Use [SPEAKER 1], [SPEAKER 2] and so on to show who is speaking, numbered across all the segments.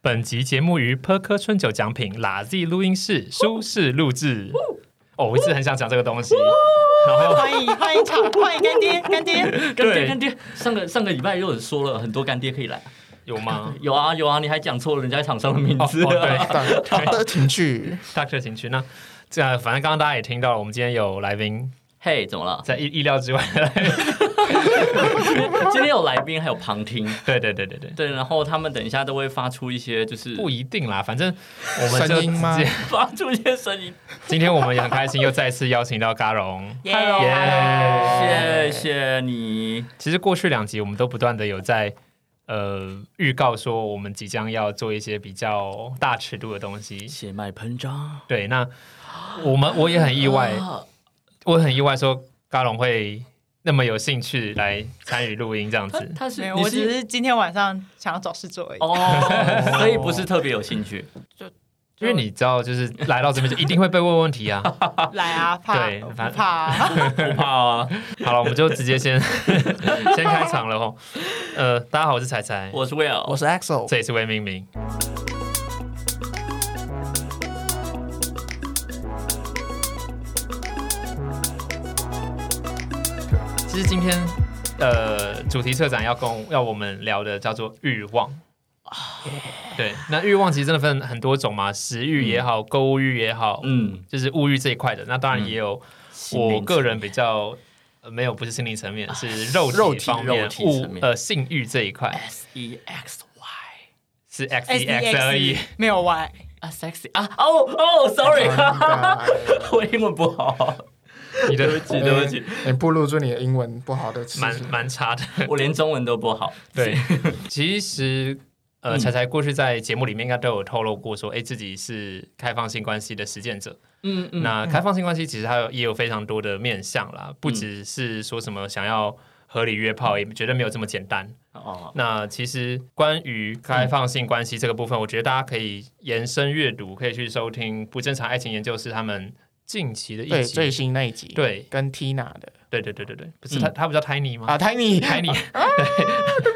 [SPEAKER 1] 本集节目于 p e r k 春酒奖品 l a Z 录音室舒适录制。哦，我一直很想讲这个东西，然后
[SPEAKER 2] 欢迎欢迎场，欢迎干爹干爹。
[SPEAKER 3] 干
[SPEAKER 1] 对
[SPEAKER 3] 爹干爹，上个上个礼拜又有说了很多干爹可以来，
[SPEAKER 1] 有吗
[SPEAKER 3] 有啊有啊，你还讲错人家厂商的名字
[SPEAKER 1] 哦哦对
[SPEAKER 2] 的的情绪，
[SPEAKER 1] ？Doctor 情绪那这样反正刚刚大家也听到了，我们今天有来宾，
[SPEAKER 3] 嘿怎么了？
[SPEAKER 1] 在意意料之外 的来宾。
[SPEAKER 3] 今天有来宾还有旁听，
[SPEAKER 1] 对对对对对，
[SPEAKER 3] 对，然后他们等一下都会发出一些就是
[SPEAKER 1] 不一定啦，反正我们就
[SPEAKER 4] 声音吗
[SPEAKER 1] 直接
[SPEAKER 3] 发出一些声音，
[SPEAKER 1] 今天我们也很开心，又再次邀请到嘎荣。
[SPEAKER 2] 耶
[SPEAKER 3] Hello，
[SPEAKER 1] 耶
[SPEAKER 3] 谢谢你，
[SPEAKER 1] 其实过去两集我们都不断的有在呃预告说，我们即将要做一些比较大尺度的东西。
[SPEAKER 3] 血脉喷张，
[SPEAKER 1] 对，那我们我也很意外，
[SPEAKER 3] 啊
[SPEAKER 1] 我很意外说嘎龙会那么有兴趣来参与录音这样
[SPEAKER 3] 他
[SPEAKER 1] 子。
[SPEAKER 3] 他是
[SPEAKER 2] 没有，
[SPEAKER 3] 你
[SPEAKER 2] 我只是今天晚上想要找事做而已。
[SPEAKER 3] 哦， 所以不是特别有兴趣，
[SPEAKER 1] 因为你知道，就是来到这边就一定会被问问题啊。
[SPEAKER 2] 来啊，怕
[SPEAKER 1] 对
[SPEAKER 2] 不
[SPEAKER 1] 反
[SPEAKER 2] 怕啊？
[SPEAKER 3] 不怕啊。
[SPEAKER 1] 好了，我们就直接先 先开场了吼。呃，大家好，我是彩彩，
[SPEAKER 3] 我是 Will，
[SPEAKER 4] 我是 EXO，
[SPEAKER 1] 这也是魏明明。其实今天呃，主题策展要跟我要我们聊的叫做欲望。对，那欲望其实真的分很多种嘛，食欲也好，购物欲也好，
[SPEAKER 3] 嗯，
[SPEAKER 1] 就是物欲这一块的。那当然也有
[SPEAKER 3] 心灵
[SPEAKER 1] 我个人比较。呃没有，不是心灵层面，是肉
[SPEAKER 4] 肉
[SPEAKER 1] 体
[SPEAKER 4] 体
[SPEAKER 1] 方面
[SPEAKER 3] 肉，体
[SPEAKER 1] 物
[SPEAKER 3] 层面
[SPEAKER 1] 呃性欲这一块
[SPEAKER 3] S E X Y
[SPEAKER 1] 是 X
[SPEAKER 2] S
[SPEAKER 1] E
[SPEAKER 2] E
[SPEAKER 1] X 而已
[SPEAKER 2] X。没有 Y，
[SPEAKER 3] 啊，sexy 啊，哦哦，sorry，
[SPEAKER 4] 对
[SPEAKER 3] 我英文不好，
[SPEAKER 1] 你
[SPEAKER 3] 对
[SPEAKER 1] 的
[SPEAKER 3] 不起，对不起，，
[SPEAKER 4] 你暴露出你的英文不好的事
[SPEAKER 1] 蛮
[SPEAKER 4] 情。
[SPEAKER 1] 蛮差的。
[SPEAKER 3] 我连中文都不好。
[SPEAKER 1] 对， 其实呃，
[SPEAKER 3] 嗯
[SPEAKER 1] 彩彩过去在节目里面应该都有透露过说，哎，自己是开放性关系的实践者。
[SPEAKER 3] 嗯嗯，
[SPEAKER 1] 那开放性关系其实它有也有非常多的面向啦，不只是说什么想要。合理约炮也绝对没有这么简单。
[SPEAKER 3] 哦，
[SPEAKER 1] 那其实关于开放性关系这个部分，我觉得大家可以延伸阅读，可以去收听《不正常爱情研究室》他们近期的一
[SPEAKER 4] 对，
[SPEAKER 1] 集。
[SPEAKER 4] 最新那一集，
[SPEAKER 1] 对
[SPEAKER 4] 跟 Tina 的
[SPEAKER 1] 对对对对对，不是他
[SPEAKER 3] 嗯
[SPEAKER 1] 他不叫 Tiny 吗
[SPEAKER 4] 啊，Tiny，
[SPEAKER 1] ，Tiny。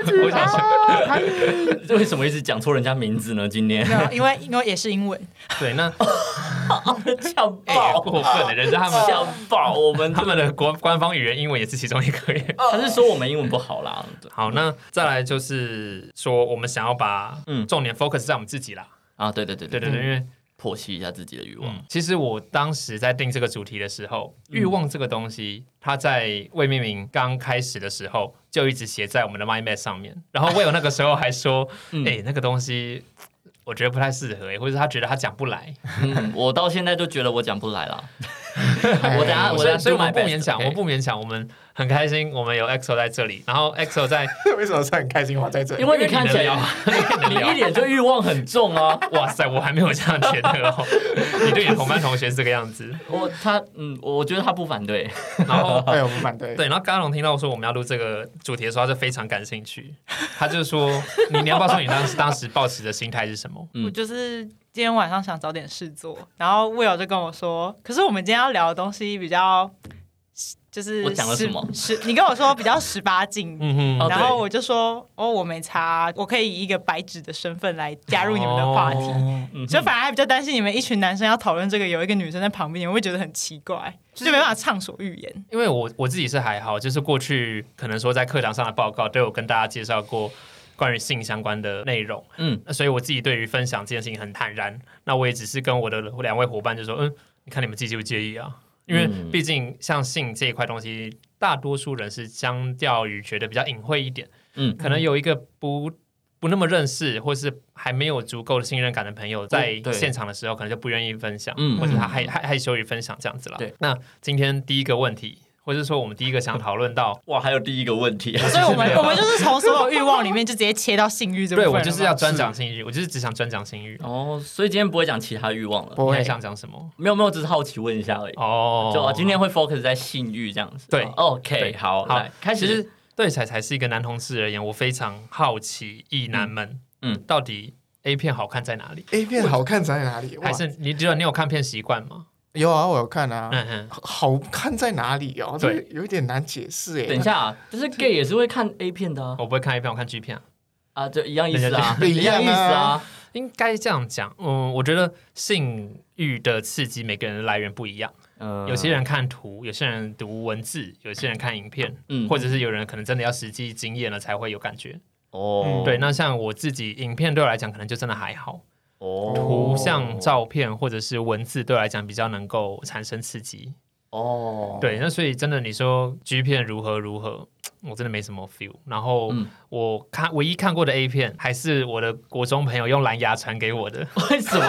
[SPEAKER 1] 对，我想说，
[SPEAKER 3] 为什么一直讲错人家名字呢？今天
[SPEAKER 2] 没有，因为因为也是英文。
[SPEAKER 1] 对，那
[SPEAKER 3] 笑爆，
[SPEAKER 1] 过分的人是他们
[SPEAKER 3] 笑爆，我 们
[SPEAKER 1] 他们的国官方语言英文也是其中一个。
[SPEAKER 3] 他是说我们英文不好啦。对
[SPEAKER 1] 好，那再来就是说，我们想要把
[SPEAKER 3] 嗯
[SPEAKER 1] 重点 focus 在我们自己啦。
[SPEAKER 3] 啊，对对对
[SPEAKER 1] 对
[SPEAKER 3] 对，
[SPEAKER 1] 对对，因为
[SPEAKER 3] 剖析一下自己的欲望。
[SPEAKER 1] 嗯，其实我当时在定这个主题的时候，欲望这个东西，它在魏明明刚开始的时候就一直写在我们的 mind map 上面。然后魏友那个时候还说，
[SPEAKER 3] 嗯
[SPEAKER 1] 哎，那个东西我觉得不太适合，欸或者是他觉得他讲不 来。
[SPEAKER 3] 嗯，我到现在都觉得我讲不来啦。我等下，
[SPEAKER 4] 哎
[SPEAKER 3] 我
[SPEAKER 1] 所
[SPEAKER 3] 等下
[SPEAKER 1] 以，所以
[SPEAKER 3] do
[SPEAKER 1] 我们
[SPEAKER 3] my
[SPEAKER 1] 不
[SPEAKER 3] best，OK，
[SPEAKER 1] 勉强，我们不勉强，我们很开心，我们有 EXO 在这里，然后 EXO 在
[SPEAKER 4] 为什么是很开心？我在这里
[SPEAKER 3] 因，为你看起 来
[SPEAKER 1] 因为
[SPEAKER 3] 你一脸就欲望很重啊。
[SPEAKER 1] 哇塞，我还没有这样觉得哦。你对你的同班同学是这个样子，
[SPEAKER 3] 我他嗯，我觉得他不反对。
[SPEAKER 1] 然后
[SPEAKER 4] 对，我哎不反对。
[SPEAKER 1] 对，然后刚龙听到说我们要录这个主题的时候，他就非常感兴趣。他就说：“你你要不要说你当时当时抱持的心态是什么
[SPEAKER 3] 嗯
[SPEAKER 2] 我就是今天晚上想找点事做，然后 Will 就跟我说，可是我们今天要聊的东西比较，就是
[SPEAKER 3] 我讲了什么
[SPEAKER 2] 十，十你跟我说比较十八禁？”。
[SPEAKER 1] 嗯
[SPEAKER 3] 哦
[SPEAKER 1] 哼，
[SPEAKER 2] 然后
[SPEAKER 3] 对
[SPEAKER 2] 我就说，哦，我没差，我可以以一个白纸的身份来加入你们的话题。
[SPEAKER 1] 哦
[SPEAKER 3] 嗯
[SPEAKER 2] 所以反而还比较担心你们一群男生要讨论这个，有一个女生在旁边，你们会觉得很奇怪，就没办法畅所欲言。
[SPEAKER 1] 因为我我自己是还好，就是过去可能说在课堂上的报告都有跟大家介绍过关于性相关的内容，
[SPEAKER 3] 嗯，
[SPEAKER 1] 那所以我自己对于分享这件事情很坦然。那我也只是跟我的两位伙伴就说：“嗯，你看你们自己介不介意啊？”因为
[SPEAKER 3] 嗯
[SPEAKER 1] 毕竟像性这一块东西，大多数人是相较于觉得比较隐晦一点。
[SPEAKER 3] 嗯
[SPEAKER 1] 可能有一个不不那么认识，或是还没有足够的信任感的朋友，在
[SPEAKER 3] 哦对
[SPEAKER 1] 现场的时候，可能就不愿意分享，
[SPEAKER 3] 嗯
[SPEAKER 1] 或者他害害害羞于分享这样子啦。
[SPEAKER 3] 对，，
[SPEAKER 1] 那今天第一个问题，或者说我们第一个想讨论到
[SPEAKER 3] 哇，还有第一个问题，
[SPEAKER 2] 所 以我们我们就是从所有欲望里面就直接切到性欲这部
[SPEAKER 1] 啊对
[SPEAKER 2] 分了
[SPEAKER 1] 我
[SPEAKER 2] 嘛。
[SPEAKER 1] 就是要专讲性欲，我就是只想专讲性欲。
[SPEAKER 3] 哦，所以今天不会讲其他欲望了，
[SPEAKER 4] 不
[SPEAKER 1] 你还
[SPEAKER 4] 会，
[SPEAKER 1] 想讲什么？
[SPEAKER 3] 没有没有，只是好奇问一下而已。
[SPEAKER 1] 哦，
[SPEAKER 3] 就啊今天会 focus 在性欲这样子。
[SPEAKER 1] 对
[SPEAKER 3] 哦，OK，
[SPEAKER 1] 对
[SPEAKER 3] 好，
[SPEAKER 1] 好
[SPEAKER 3] 来开
[SPEAKER 1] 其
[SPEAKER 3] 始。
[SPEAKER 1] 实对彩彩是一个男同志而言，我非常好奇异男们，
[SPEAKER 3] 嗯
[SPEAKER 1] 嗯，到底 A 片好看在哪里？
[SPEAKER 4] A 片哎好看在哪里？哇
[SPEAKER 1] 还是你知道你有看片习惯吗？
[SPEAKER 4] 有啊，我有看啊。
[SPEAKER 1] 嗯哼，
[SPEAKER 4] 好看在哪里哦？
[SPEAKER 1] 对
[SPEAKER 4] 这有点难解释哎。
[SPEAKER 3] 等一，下啊，就是 gay 也是会看 A 片的啊，
[SPEAKER 1] 我不会看 A 片，我看 G 片啊。
[SPEAKER 3] 啊，就一样意思
[SPEAKER 1] 哦等一
[SPEAKER 3] 啊
[SPEAKER 1] 下，
[SPEAKER 4] 就
[SPEAKER 3] 一样意思啊。
[SPEAKER 1] 应该这样讲，嗯，我觉得性欲的刺激每个人的来源不一样，
[SPEAKER 3] 嗯
[SPEAKER 1] 有些人看图，有些人读文字，有些人看影片，
[SPEAKER 3] 嗯
[SPEAKER 1] 或者是有人可能真的要实际经验了才会有感觉。
[SPEAKER 3] 哦，
[SPEAKER 1] 嗯对，那像我自己，影片对我来讲可能就真的还好，
[SPEAKER 3] 哦
[SPEAKER 1] 图像、照片或者是文字对我来讲比较能够产生刺激。
[SPEAKER 3] 哦，
[SPEAKER 1] 对，那所以真的你说 G 片如何如何，我真的没什么 feel。然后
[SPEAKER 3] 嗯
[SPEAKER 1] 我看唯一看过的 A 片，还是我的国中朋友用蓝牙传给我的。
[SPEAKER 3] 为什么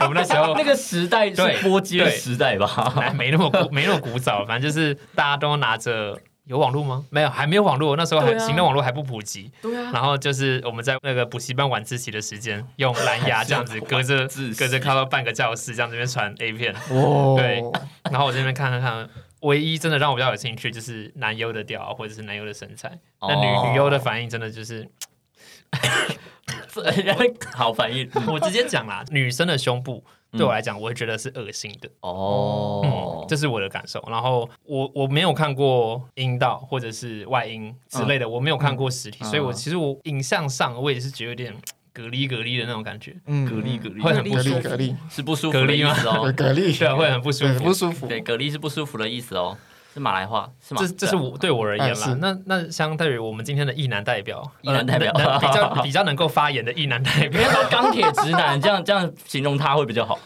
[SPEAKER 1] 我们那时候
[SPEAKER 3] 那个时代
[SPEAKER 1] 对
[SPEAKER 3] 是波接
[SPEAKER 1] 对
[SPEAKER 3] 时代吧？
[SPEAKER 1] 哎没那么 古，没那么古早，反正就是大家都拿着。有网络吗？没有，还没有网络。那时候还、
[SPEAKER 3] 对啊
[SPEAKER 1] 行动网络还不普及。
[SPEAKER 3] 对啊，
[SPEAKER 1] 然后就是我们在那个补习班晚自习的时间，用蓝牙这样 子隔着
[SPEAKER 3] 自习
[SPEAKER 1] 隔着靠到半个教室，这样这边传 A 片。
[SPEAKER 4] 哦，
[SPEAKER 1] 对然后我这边看看看，唯一真的让我比较有兴趣就是男优的屌啊或者是男优的身材。那女、
[SPEAKER 3] 哦
[SPEAKER 1] 女优的反应真的就是，
[SPEAKER 3] 好反应
[SPEAKER 1] 我直接讲啦，女生的胸部对我来讲，我会觉得是恶心的。
[SPEAKER 3] 哦
[SPEAKER 1] 嗯，，这是我的感受。然后我我没有看过阴道或者是外阴之类的，我没有看过实体，
[SPEAKER 3] 嗯
[SPEAKER 1] 所以我
[SPEAKER 3] 嗯
[SPEAKER 1] 其实我影像上我也是觉得有点隔离隔离的那种感觉，
[SPEAKER 4] 嗯
[SPEAKER 3] 蛤蜊蛤蜊
[SPEAKER 1] 会很
[SPEAKER 4] 蛤
[SPEAKER 1] 不舒
[SPEAKER 4] 蜊
[SPEAKER 1] 服
[SPEAKER 4] 蛤，蜊，
[SPEAKER 3] 是不舒服的
[SPEAKER 1] 蛤
[SPEAKER 3] 意
[SPEAKER 1] 蜊吗
[SPEAKER 3] 思哦
[SPEAKER 4] 对，蛤蜊，
[SPEAKER 1] 对啊，会很不舒
[SPEAKER 4] 对
[SPEAKER 1] 服
[SPEAKER 4] 不。舒服，
[SPEAKER 3] 对，蛤蜊是不舒服的意思哦，是马来话是吗？
[SPEAKER 1] 这嗯这是我对我而言
[SPEAKER 4] 哎是
[SPEAKER 1] 啦。那那相对于我们今天的意男代表，
[SPEAKER 3] 意男代表
[SPEAKER 1] 呃能能比较比较能够发言的意男代
[SPEAKER 3] 不
[SPEAKER 1] 表，
[SPEAKER 3] 要 说钢铁直男，这样这样形容他会比较好。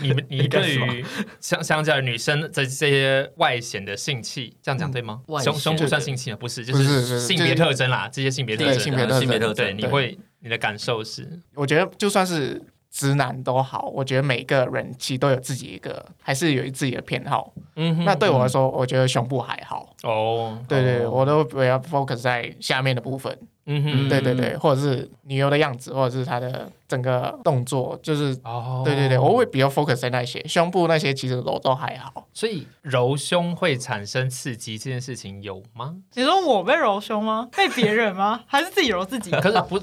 [SPEAKER 1] 你你你
[SPEAKER 3] 你干
[SPEAKER 1] 对
[SPEAKER 3] 什么
[SPEAKER 1] 于相相较于女生的这些外显的性器，这样嗯讲对吗
[SPEAKER 3] 外？
[SPEAKER 1] 胸
[SPEAKER 3] 显
[SPEAKER 1] 胸部算性器吗？不是，就
[SPEAKER 4] 不是不
[SPEAKER 1] 是
[SPEAKER 4] 是
[SPEAKER 1] 性别
[SPEAKER 4] 就是
[SPEAKER 1] 特征啦，这些性别特
[SPEAKER 4] 对
[SPEAKER 1] 征，
[SPEAKER 4] 性别特征
[SPEAKER 3] 性别特
[SPEAKER 1] 对，
[SPEAKER 3] 征，
[SPEAKER 1] 你
[SPEAKER 4] 对
[SPEAKER 1] 会你的感受是，
[SPEAKER 4] 我觉得就算是直男都好，我觉得每个人其实都有自己一个，还是有自己的偏好。
[SPEAKER 1] 嗯哼
[SPEAKER 4] 那对我来说，我觉得胸部还好。
[SPEAKER 1] 哦，
[SPEAKER 4] 对对，对
[SPEAKER 3] 哦
[SPEAKER 4] 我都比较 focus 在下面的部分，
[SPEAKER 1] 嗯哼，
[SPEAKER 3] 嗯
[SPEAKER 4] 对对对，或者是女优的样子，或者是她的整个动作，就是
[SPEAKER 1] 哦，
[SPEAKER 4] 对对对，我会比较 focus 在那些胸部那些，其实我都还好。
[SPEAKER 1] 所以揉胸会产生刺激这件事情有 吗？
[SPEAKER 2] 你说我被揉胸吗？被别人吗？还是自己揉自 己？
[SPEAKER 1] 可是不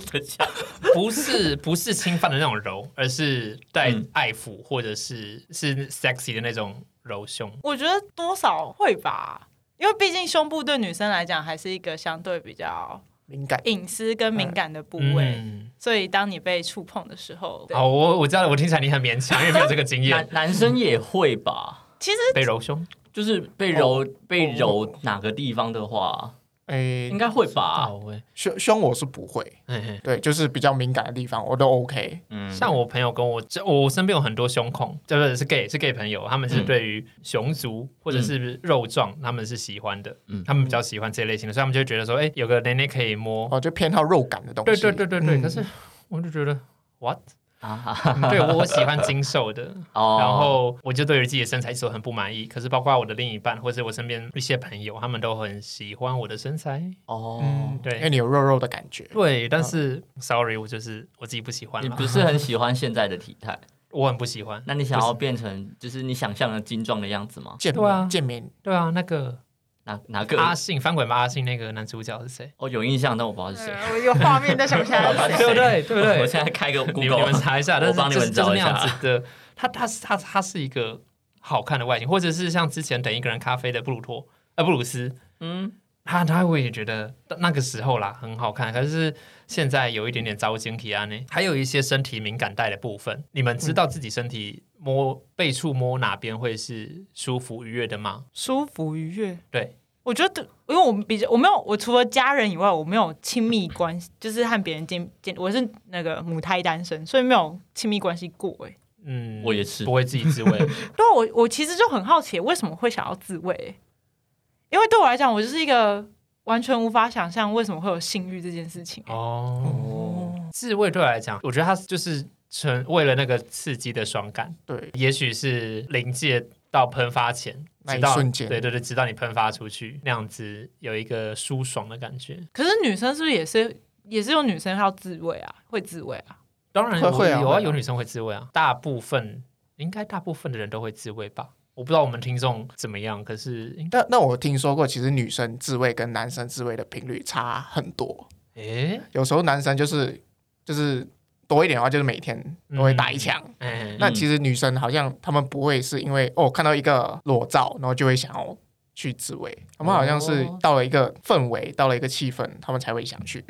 [SPEAKER 1] 不是不是侵犯的那种揉，而是带
[SPEAKER 3] 嗯
[SPEAKER 1] 爱抚或者是是 sexy 的那种揉胸。
[SPEAKER 2] 我觉得多少会吧，因为毕竟胸部对女生来讲还是一个相对比较
[SPEAKER 4] 敏感，
[SPEAKER 2] 隐私跟敏感的部位，
[SPEAKER 1] 嗯，
[SPEAKER 2] 所以当你被触碰的时候，
[SPEAKER 1] 好，我我知道了，我听起来你很勉强，因为没有这个经
[SPEAKER 3] 男
[SPEAKER 1] 验
[SPEAKER 3] 男生也会吧？
[SPEAKER 2] 其实
[SPEAKER 1] 被揉胸。
[SPEAKER 3] 就是被揉被揉哪个地方的话，
[SPEAKER 4] 诶
[SPEAKER 3] 应，该会吧？
[SPEAKER 1] 好喂，
[SPEAKER 4] 胸胸我是不会，
[SPEAKER 1] 嘿嘿
[SPEAKER 4] 对，就是比较敏感的地方我都 OK。
[SPEAKER 3] 嗯，
[SPEAKER 1] 像我朋友跟我，这我身边有很多胸控，就是是 gay 是 gay 朋友，他们是
[SPEAKER 3] 嗯
[SPEAKER 1] 对于熊族或者是肉壮，他们是喜欢的，
[SPEAKER 3] 嗯
[SPEAKER 1] 他们比较喜欢这类型的，所以他们就会觉得说，哎、有个奶奶可以摸，
[SPEAKER 3] 哦
[SPEAKER 4] 我就偏好肉感的东
[SPEAKER 1] 对
[SPEAKER 4] 西。
[SPEAKER 1] 对对对对。
[SPEAKER 4] 嗯
[SPEAKER 1] 可是我就觉得 what？
[SPEAKER 3] 啊，
[SPEAKER 1] 对我我喜欢精瘦的，
[SPEAKER 3] 哦
[SPEAKER 1] 然后我就对于自己的身材一直都很不满意。可是包括我的另一半，或是我身边一些朋友，他们都很喜欢我的身材。
[SPEAKER 3] 哦
[SPEAKER 4] 嗯，，
[SPEAKER 1] 对
[SPEAKER 4] 因为你有肉肉的感觉。
[SPEAKER 1] 对，但是、sorry，我就是我自己不喜欢
[SPEAKER 3] 嗯你
[SPEAKER 1] 啦
[SPEAKER 3] 不是很喜欢现在的体态，
[SPEAKER 1] 我很不喜欢。
[SPEAKER 3] 那你想要变成就是你想象的精壮的样子吗？
[SPEAKER 4] 健
[SPEAKER 1] 对啊
[SPEAKER 4] 美，健美，
[SPEAKER 1] 对啊，那个
[SPEAKER 3] 哪哪个？
[SPEAKER 1] 阿信翻滚吧，阿信那个男主角是谁？
[SPEAKER 3] 哦，有印象，但我不知道是谁。
[SPEAKER 2] 呃 我有画面，但想不起 来
[SPEAKER 3] 我
[SPEAKER 2] 是
[SPEAKER 3] 帮
[SPEAKER 2] 谁
[SPEAKER 3] 你
[SPEAKER 1] 对不对？对不
[SPEAKER 2] 啊
[SPEAKER 1] 对？
[SPEAKER 3] 我现在开个
[SPEAKER 1] 你们你
[SPEAKER 3] Google，
[SPEAKER 1] 们查一下，但
[SPEAKER 3] 我
[SPEAKER 1] 是
[SPEAKER 3] 帮你
[SPEAKER 1] 就是
[SPEAKER 3] 们找
[SPEAKER 1] 就
[SPEAKER 3] 一
[SPEAKER 1] 是
[SPEAKER 3] 下
[SPEAKER 1] 那样子的，他他是他他是一个好看的外形，或者是像之前等一个人咖啡的布鲁托呃布鲁斯，
[SPEAKER 3] 嗯，
[SPEAKER 1] 他他我也觉得那个时候啦很好看，可是现在有一点点糟心体啊呢，还有一些身体敏感带的部分，你们知道自己身体摸、被触摸哪边会是舒服愉悦的吗？
[SPEAKER 2] 舒服愉悦。
[SPEAKER 1] 对，
[SPEAKER 2] 我觉得，因为我们比较，我没有，我除了家人以外，我没有亲密关系，就是和别人见见，我是那个母胎单身，所以没有亲密关系过。哎，
[SPEAKER 1] 嗯，
[SPEAKER 3] 我也是
[SPEAKER 1] 不会自己自慰，
[SPEAKER 2] 对啊我我其实就很好奇，为什么会想要自慰欸？因为对我来讲，我就是一个完全无法想象为什么会有性欲这件事情。
[SPEAKER 1] 哦，
[SPEAKER 3] 哦，
[SPEAKER 1] 自慰对我来讲，我觉得它就是纯为了那个刺激的爽感，
[SPEAKER 4] 对，
[SPEAKER 1] 也许是临界到喷发前。
[SPEAKER 4] 那一
[SPEAKER 1] 直到
[SPEAKER 4] 瞬间
[SPEAKER 1] 对对对，直到你喷发出去，那样子有一个舒爽的感觉。
[SPEAKER 2] 可是女生是不是也是也是有女生要自慰啊？会自慰啊？
[SPEAKER 1] 当然
[SPEAKER 4] 会
[SPEAKER 1] 有
[SPEAKER 4] 会啊
[SPEAKER 1] 有啊，
[SPEAKER 4] 会啊
[SPEAKER 1] 有女生会自慰啊，大部分应该大部分的人都会自慰吧。我不知道我们听众怎么样，可是应
[SPEAKER 4] 但那我听说过，其实女生自慰跟男生自慰的频率差很多。
[SPEAKER 1] 诶
[SPEAKER 4] 有时候男生就是就是多一点的话，就是每天都会打一枪。
[SPEAKER 1] 诶，
[SPEAKER 4] 那其实女生好像她们不会是因为哦看到一个裸照，然后就会想要去自慰，她们好像是
[SPEAKER 3] 哦
[SPEAKER 4] 到了一个氛围，到了一个气氛，她们才会想去。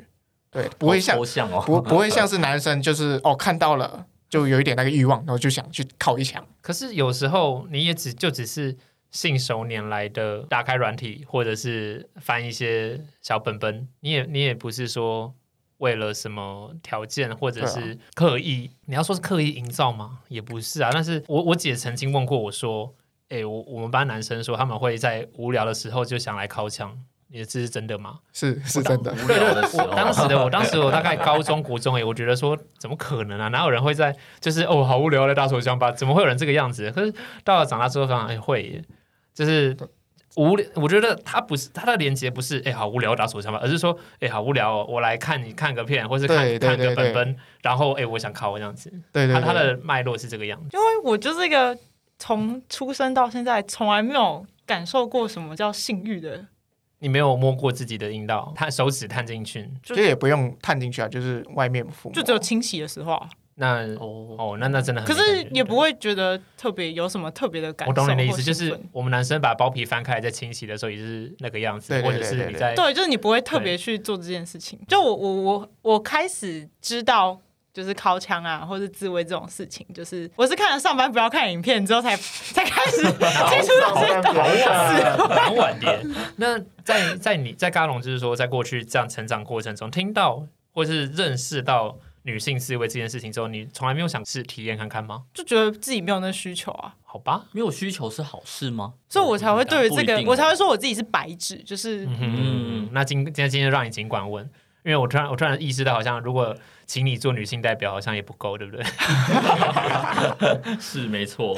[SPEAKER 4] 对，不会
[SPEAKER 3] 好
[SPEAKER 4] 像
[SPEAKER 3] 抽象哦，
[SPEAKER 4] 不不会像是男生就是哦看到了就有一点那个欲望，然后就想去靠一枪。
[SPEAKER 1] 可是有时候你也只就只是信手拈来的打开软体，或者是翻一些小本本，你也你也不是说为了什么条件，或者
[SPEAKER 4] 对
[SPEAKER 1] 是啊刻意，你要说是刻意营造吗？也不是啊。但是我我姐曾经问过我说，诶，我我们班男生说他们会在无聊的时候就想来靠墙，你这是真的吗？
[SPEAKER 4] 是是真的，
[SPEAKER 3] 无聊的时候， 啊
[SPEAKER 1] 我当时的我当时我大概高中国中诶，我觉得说怎么可能啊？哪有人会在就是哦好无聊的打手枪吧？怎么会有人这个样子？可是到了长大之后，发现哎会耶，就是无聊。我觉得他不是他的连接不是哎好无聊打手枪吧，而是说哎好无聊、哦，我来看你看个片，或是看
[SPEAKER 4] 对对
[SPEAKER 1] 看个
[SPEAKER 4] 对
[SPEAKER 1] 本
[SPEAKER 4] 对
[SPEAKER 1] 本，然后哎我想考这样子。
[SPEAKER 4] 对对
[SPEAKER 1] 他
[SPEAKER 4] 对，
[SPEAKER 1] 他的脉络是这个样子。
[SPEAKER 2] 因为我就是一个从出生到现在从来没有感受过什么叫性欲的，
[SPEAKER 1] 你没有摸过自己的阴道，探手指探进去，
[SPEAKER 4] 就也不用探进去啊，就是外面父母
[SPEAKER 2] 就只有清洗的时候啊，
[SPEAKER 1] 那
[SPEAKER 3] 哦，
[SPEAKER 1] 哦那那真的很
[SPEAKER 2] 可
[SPEAKER 1] 没感觉。
[SPEAKER 2] 是也不会觉得特别有什么特别的感受。
[SPEAKER 1] 我懂你的意思，就是我们男生把包皮翻开在清洗的时候也是那个样子，
[SPEAKER 4] 对对
[SPEAKER 1] 或者是你在
[SPEAKER 2] 对，就是你不会特别去做这件事情。就我我我我开始知道。就是靠枪啊，或是自慰这种事情，就是我是看了上班不要看影片之后才 才开始接触到这些东西。
[SPEAKER 1] 蛮晚的。那在在你在嘎龙，就是说在过去这样成长过程中，听到或是认识到女性思维这件事情之后，你从来没有想试体验看看吗？
[SPEAKER 2] 就觉得自己没有那需求啊，
[SPEAKER 1] 好吧，
[SPEAKER 3] 没有需求是好事吗？
[SPEAKER 2] 所以我才会对于这
[SPEAKER 3] 不一
[SPEAKER 2] 个，
[SPEAKER 3] 定哦
[SPEAKER 2] 我才会说我自己是白纸，就是
[SPEAKER 1] 嗯哼嗯，那今今天今天让你尽管问。因为我突然我突然意识到，好像如果请你做女性代表，好像也不够，对不对？
[SPEAKER 3] 是没错。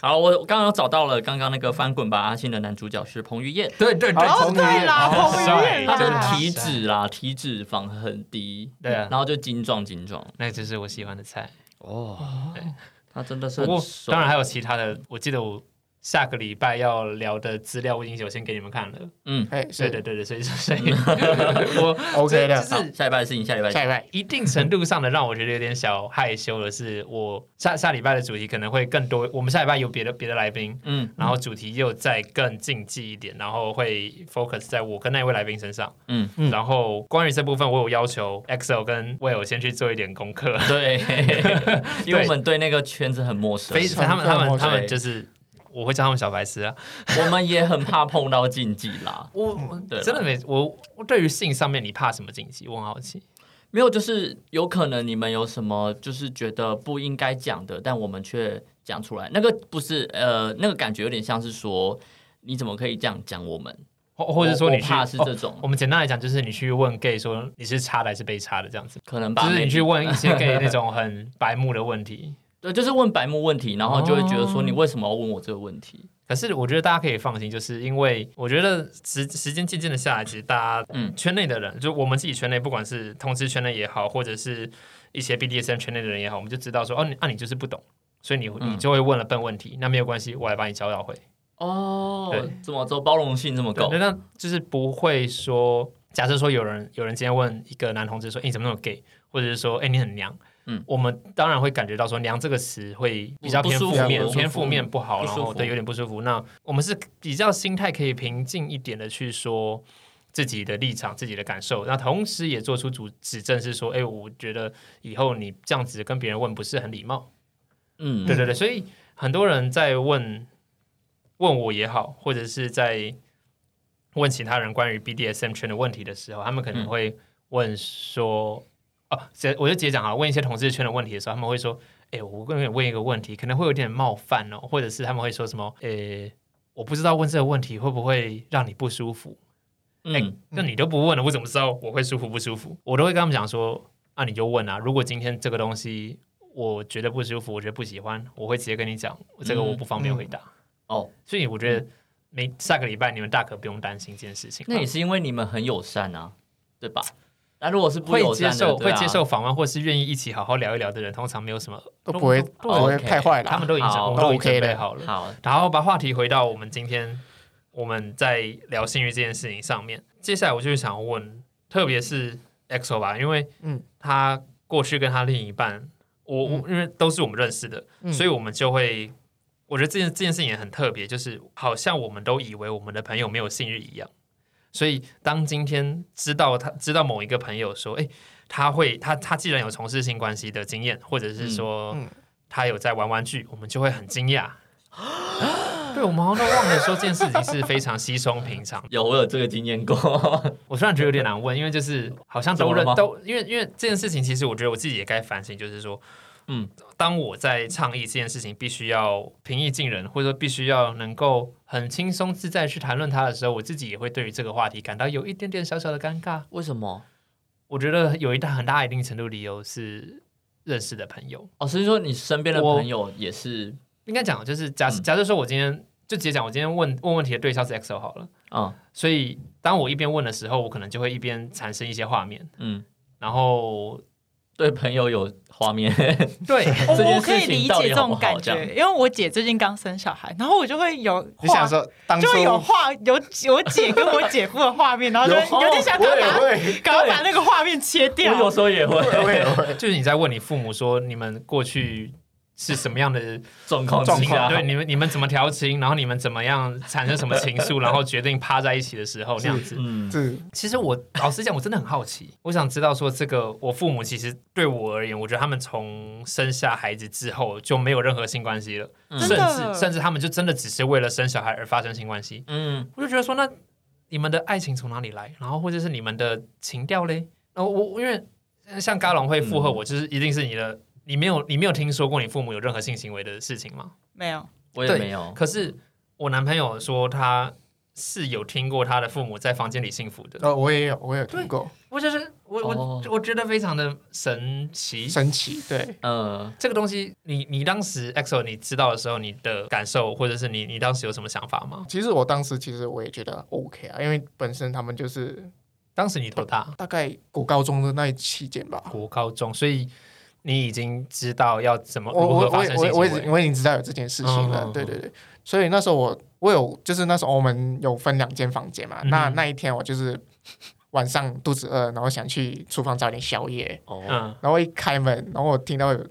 [SPEAKER 3] 好，我刚刚有找到了，刚刚那个翻滚吧阿信的男主角是彭于晏，
[SPEAKER 1] 对对
[SPEAKER 4] 对
[SPEAKER 2] 哦，
[SPEAKER 4] 彭于晏
[SPEAKER 2] 对啦，
[SPEAKER 1] 好
[SPEAKER 2] 彭于
[SPEAKER 1] 帅
[SPEAKER 2] 晏
[SPEAKER 3] 他
[SPEAKER 1] 真
[SPEAKER 3] 的
[SPEAKER 1] 啊
[SPEAKER 2] 啦，
[SPEAKER 3] 体脂啦，体脂肪很低，
[SPEAKER 1] 对啊
[SPEAKER 3] 然后就精壮精壮
[SPEAKER 1] 那就是我喜欢的菜。
[SPEAKER 3] 哦，对他真的是
[SPEAKER 1] 不
[SPEAKER 3] 很
[SPEAKER 1] 过
[SPEAKER 3] 瘦
[SPEAKER 1] 当然还有其他的，我记得我下个礼拜要聊的资料，我已经有先给你们看了。
[SPEAKER 3] 嗯
[SPEAKER 4] 哎
[SPEAKER 1] 对对对
[SPEAKER 4] 是
[SPEAKER 1] 对，所以 所以 我
[SPEAKER 4] OK
[SPEAKER 1] 这
[SPEAKER 4] 的，
[SPEAKER 1] 就是
[SPEAKER 3] 好下一拜的事情，下礼拜
[SPEAKER 4] 下一位
[SPEAKER 1] 一定程度上的让我觉得有点小害羞的是，我下下礼拜的主题可能会更多。我们下礼拜有别的别的来宾，
[SPEAKER 3] 嗯
[SPEAKER 1] 然后主题又再更竞技一点，然后会 focus 在我跟那位来宾身上。
[SPEAKER 3] 嗯，
[SPEAKER 4] 嗯
[SPEAKER 1] 然后关于这部分，我有要求 XO 跟 Will 先去做一点功
[SPEAKER 4] 嗯
[SPEAKER 1] 课。
[SPEAKER 3] 对， 因为我们对那个圈子很陌生
[SPEAKER 1] 非，
[SPEAKER 4] 常
[SPEAKER 1] 他们他们
[SPEAKER 4] 非常
[SPEAKER 1] 他们
[SPEAKER 3] 对
[SPEAKER 1] 就是，我会叫他们小白痴啊。
[SPEAKER 3] 我们也很怕碰到禁忌啦。
[SPEAKER 1] 我我
[SPEAKER 3] 嗯对
[SPEAKER 1] 真
[SPEAKER 3] 啦
[SPEAKER 1] 的没我我对于性上面你怕什么禁忌？我很好奇。
[SPEAKER 3] 没有，就是有可能你们有什么就是觉得不应该讲的，但我们却讲出来，那个不是呃，那个感觉有点像是说。你怎么可以这样讲我们？
[SPEAKER 1] 或或者说
[SPEAKER 3] 我
[SPEAKER 1] 你
[SPEAKER 3] 我
[SPEAKER 1] 去
[SPEAKER 3] 怕是这种
[SPEAKER 1] 哦我们简单来讲，就是你去问 gay 说你是插的还是被插的这样子，
[SPEAKER 3] 可能吧，
[SPEAKER 1] 就是你
[SPEAKER 3] maybe
[SPEAKER 1] 去问一 些 gay 那种很白目的问题。
[SPEAKER 3] 对，就是问白目问题，然后就会觉得
[SPEAKER 1] 哦
[SPEAKER 3] 说你为什么要问我这个问题？
[SPEAKER 1] 可是我觉得大家可以放心，就是因为我觉得时时间渐渐的下来，其实大家
[SPEAKER 3] 嗯
[SPEAKER 1] 圈内的人，就我们自己圈内，不管是同志圈内也好，或者是一些 BDSM 圈内的人也好，我们就知道说哦，你啊你就是不懂，所以你你
[SPEAKER 3] 嗯
[SPEAKER 1] 就会问了笨问题，那没有关系，我来把你教导会。
[SPEAKER 3] 哦
[SPEAKER 1] 对，
[SPEAKER 3] 怎么做包容性这么
[SPEAKER 1] 对
[SPEAKER 3] 高，？
[SPEAKER 1] 那那就是不会说，假设说有人有人今天问一个男同志说，哎、你怎么那么 gay，或者是说，哎、你很娘，
[SPEAKER 3] 嗯
[SPEAKER 1] 我们当然会感觉到说，娘这个词会比较
[SPEAKER 3] 不
[SPEAKER 1] 偏
[SPEAKER 3] 舒
[SPEAKER 1] 负
[SPEAKER 3] 服
[SPEAKER 1] 面，
[SPEAKER 3] 不舒
[SPEAKER 1] 偏
[SPEAKER 3] 服
[SPEAKER 1] 负面不好，
[SPEAKER 3] 不
[SPEAKER 1] 然
[SPEAKER 3] 舒
[SPEAKER 1] 后
[SPEAKER 3] 服
[SPEAKER 1] 对有点不舒服。那我们是比较心态可以平静一点的去说。自己的立场、自己的感受，那同时也做出主指正，是说，哎、我觉得以后你这样子跟别人问不是很礼貌，
[SPEAKER 3] 嗯，
[SPEAKER 1] 对对对，所以很多人在问问我也好，或者是在问其他人关于 BDSM 圈的问题的时候，他们可能
[SPEAKER 3] 嗯
[SPEAKER 1] 会问说：“哦，直接我就直接讲啊，问一些同志圈的问题的时候，他们会说：‘哎、我跟你问一个问题，可能会有点冒犯哦，或者是他们会说什么：‘哎、我不知道问这个问题会不会让你不舒服。’哎、
[SPEAKER 3] 嗯，
[SPEAKER 1] 那你都不问了，我怎么知道我会舒服不舒服？我都会跟他们讲说，啊，你就问啊。如果今天这个东西我觉得不舒服，我觉得不喜欢，我会直接跟你讲，这个我不方便回答。
[SPEAKER 3] 哦，
[SPEAKER 1] 所以我觉得没下个礼拜你们大可不用担心这件事情。
[SPEAKER 3] 那也是因为你们很友善啊，对吧？那如果是不
[SPEAKER 1] 会
[SPEAKER 3] 友
[SPEAKER 1] 接
[SPEAKER 3] 善的，
[SPEAKER 1] 受、
[SPEAKER 3] 对
[SPEAKER 1] 会
[SPEAKER 3] 啊
[SPEAKER 1] 接受访问，或是愿意一起好好聊一聊的人，通常没有什么，
[SPEAKER 4] 都不会
[SPEAKER 1] 都
[SPEAKER 4] 不会
[SPEAKER 3] OK
[SPEAKER 4] 太坏
[SPEAKER 1] 他
[SPEAKER 4] 啦
[SPEAKER 1] 们。都已经
[SPEAKER 3] 好
[SPEAKER 1] 我们都已经
[SPEAKER 4] 都 OK
[SPEAKER 1] 准备
[SPEAKER 4] 的
[SPEAKER 1] 好了。
[SPEAKER 3] 好，
[SPEAKER 1] 然后把话题回到我们今天我们在聊性欲这件事情上面。接下来我就想问，特别是 EXO 吧，因为
[SPEAKER 4] 嗯
[SPEAKER 1] 他过去跟他另一半，我我因为都是我们认识的，
[SPEAKER 4] 嗯
[SPEAKER 1] 所以我们就会，我觉得这件这件事情也很特别，就是好像我们都以为我们的朋友没有性欲一样。所以当今天知道他知道某一个朋友说，哎、他会他他既然有从事性关系的经验，或者是说、
[SPEAKER 4] 嗯嗯
[SPEAKER 1] 他有在玩玩具，我们就会很惊 讶。对，我们好像都忘了说这件事情是非常稀松平常的。
[SPEAKER 3] 有我有这个经验过，
[SPEAKER 1] 我突然觉得有点难问，因为就是好像
[SPEAKER 3] 怎
[SPEAKER 1] 都
[SPEAKER 3] 么了
[SPEAKER 1] 认
[SPEAKER 3] 吗
[SPEAKER 1] 都，因为因为这件事情，其实我觉得我自己也该反省，就是说，
[SPEAKER 3] 嗯，
[SPEAKER 1] 当我在倡议这件事情，必须要平易近人，或者说必须要能够很轻松自在去谈论它的时候，我自己也会对于这个话题感到有一点点小小的尴尬。
[SPEAKER 3] 为什么？
[SPEAKER 1] 我觉得有一大很大一定程度理由是认识的朋友，
[SPEAKER 3] 哦，所以说你身边的
[SPEAKER 1] 我
[SPEAKER 3] 朋友也是，
[SPEAKER 1] 应该讲就是假
[SPEAKER 3] 嗯
[SPEAKER 1] 假设说我今天就直接讲，我今天问问问题的对象是 XO 好了，
[SPEAKER 3] 嗯
[SPEAKER 1] 所以当我一边问的时候，我可能就会一边产生一些画面，
[SPEAKER 3] 嗯，
[SPEAKER 1] 然后
[SPEAKER 3] 对朋友有 画面，
[SPEAKER 1] 对。
[SPEAKER 2] 我
[SPEAKER 3] 这件
[SPEAKER 2] 我可以
[SPEAKER 3] 事情
[SPEAKER 2] 理
[SPEAKER 3] 到
[SPEAKER 2] 解
[SPEAKER 3] 底
[SPEAKER 2] 这
[SPEAKER 3] 好不
[SPEAKER 2] 种
[SPEAKER 3] 好
[SPEAKER 2] 感
[SPEAKER 3] 这
[SPEAKER 2] 觉，
[SPEAKER 3] 样
[SPEAKER 2] 因为我姐最近刚生小孩，然后我就会有
[SPEAKER 4] 你想
[SPEAKER 2] 画，
[SPEAKER 4] 说当初
[SPEAKER 2] 就会有画有我姐跟我姐夫的画面，然后就
[SPEAKER 3] 有
[SPEAKER 2] 会有点想
[SPEAKER 4] 我
[SPEAKER 2] 赶
[SPEAKER 4] 也
[SPEAKER 2] 快
[SPEAKER 4] 会，
[SPEAKER 2] 把赶快把那个画面切
[SPEAKER 3] 我
[SPEAKER 2] 掉。
[SPEAKER 3] 有时候也会
[SPEAKER 4] 我也 会，
[SPEAKER 1] 就是你在问你父母说你们过去是什么样的
[SPEAKER 3] 状况
[SPEAKER 4] 状
[SPEAKER 3] 之
[SPEAKER 1] 情
[SPEAKER 4] 况
[SPEAKER 1] 感，
[SPEAKER 3] 下，
[SPEAKER 1] 对你们你们怎么调情，然后你们怎么样产生什么情愫，然后决定趴在一起的时 候那样子。
[SPEAKER 3] 嗯，
[SPEAKER 4] 是
[SPEAKER 1] 其实我老实讲，我真的很好奇，我想知道说这个我父母其实对我而言，我觉得他们从生下孩子之后就没有任何性关系了，
[SPEAKER 3] 嗯
[SPEAKER 1] 甚
[SPEAKER 2] 真的
[SPEAKER 1] 至甚至他们就真的只是为了生小孩而发生性关系。
[SPEAKER 3] 嗯，
[SPEAKER 1] 我就觉得说，那你们的爱情从哪里来？然后或者是你们的情调嘞？然后我因为像嘎龙会附和我，就是一定是你的，你没有你没有听说过你父母有任何性行为的事情吗？
[SPEAKER 2] 没有，
[SPEAKER 3] 我也
[SPEAKER 1] 对
[SPEAKER 3] 没有，
[SPEAKER 1] 可是我男朋友说他是有听过他的父母在房间里幸福的，
[SPEAKER 4] 呃，我也有，我也有听过，
[SPEAKER 1] 我就是我我、
[SPEAKER 3] 哦
[SPEAKER 1] 我觉得非常的神奇。
[SPEAKER 4] 神奇，对，
[SPEAKER 3] 嗯，
[SPEAKER 1] 这个东西，你你当时 EXO 你知道的时候，你的感受或者是你你当时有什么想法吗？
[SPEAKER 4] 其实我当时其实我也觉得 OK 啊，因为本身他们就是
[SPEAKER 1] 当时你多大？
[SPEAKER 4] 大概国高中的那一期间吧，
[SPEAKER 1] 国高中，所以你已经知道要怎么
[SPEAKER 4] 我
[SPEAKER 1] 如何
[SPEAKER 4] 我我
[SPEAKER 1] 哦发
[SPEAKER 4] 我
[SPEAKER 1] 生
[SPEAKER 4] 我
[SPEAKER 1] 性
[SPEAKER 4] 也我
[SPEAKER 1] 行
[SPEAKER 4] 已
[SPEAKER 1] 为。
[SPEAKER 4] 我已经知道有这件事情了，
[SPEAKER 1] 嗯嗯嗯
[SPEAKER 4] 对对对，所以那时候我我有就是那时候我们有分两间房间嘛，
[SPEAKER 1] 嗯
[SPEAKER 4] 那那一天我就是晚上肚子饿，然后想去厨房找点宵夜，
[SPEAKER 3] 哦，
[SPEAKER 1] 嗯，
[SPEAKER 4] 然后一开门，然后我听到有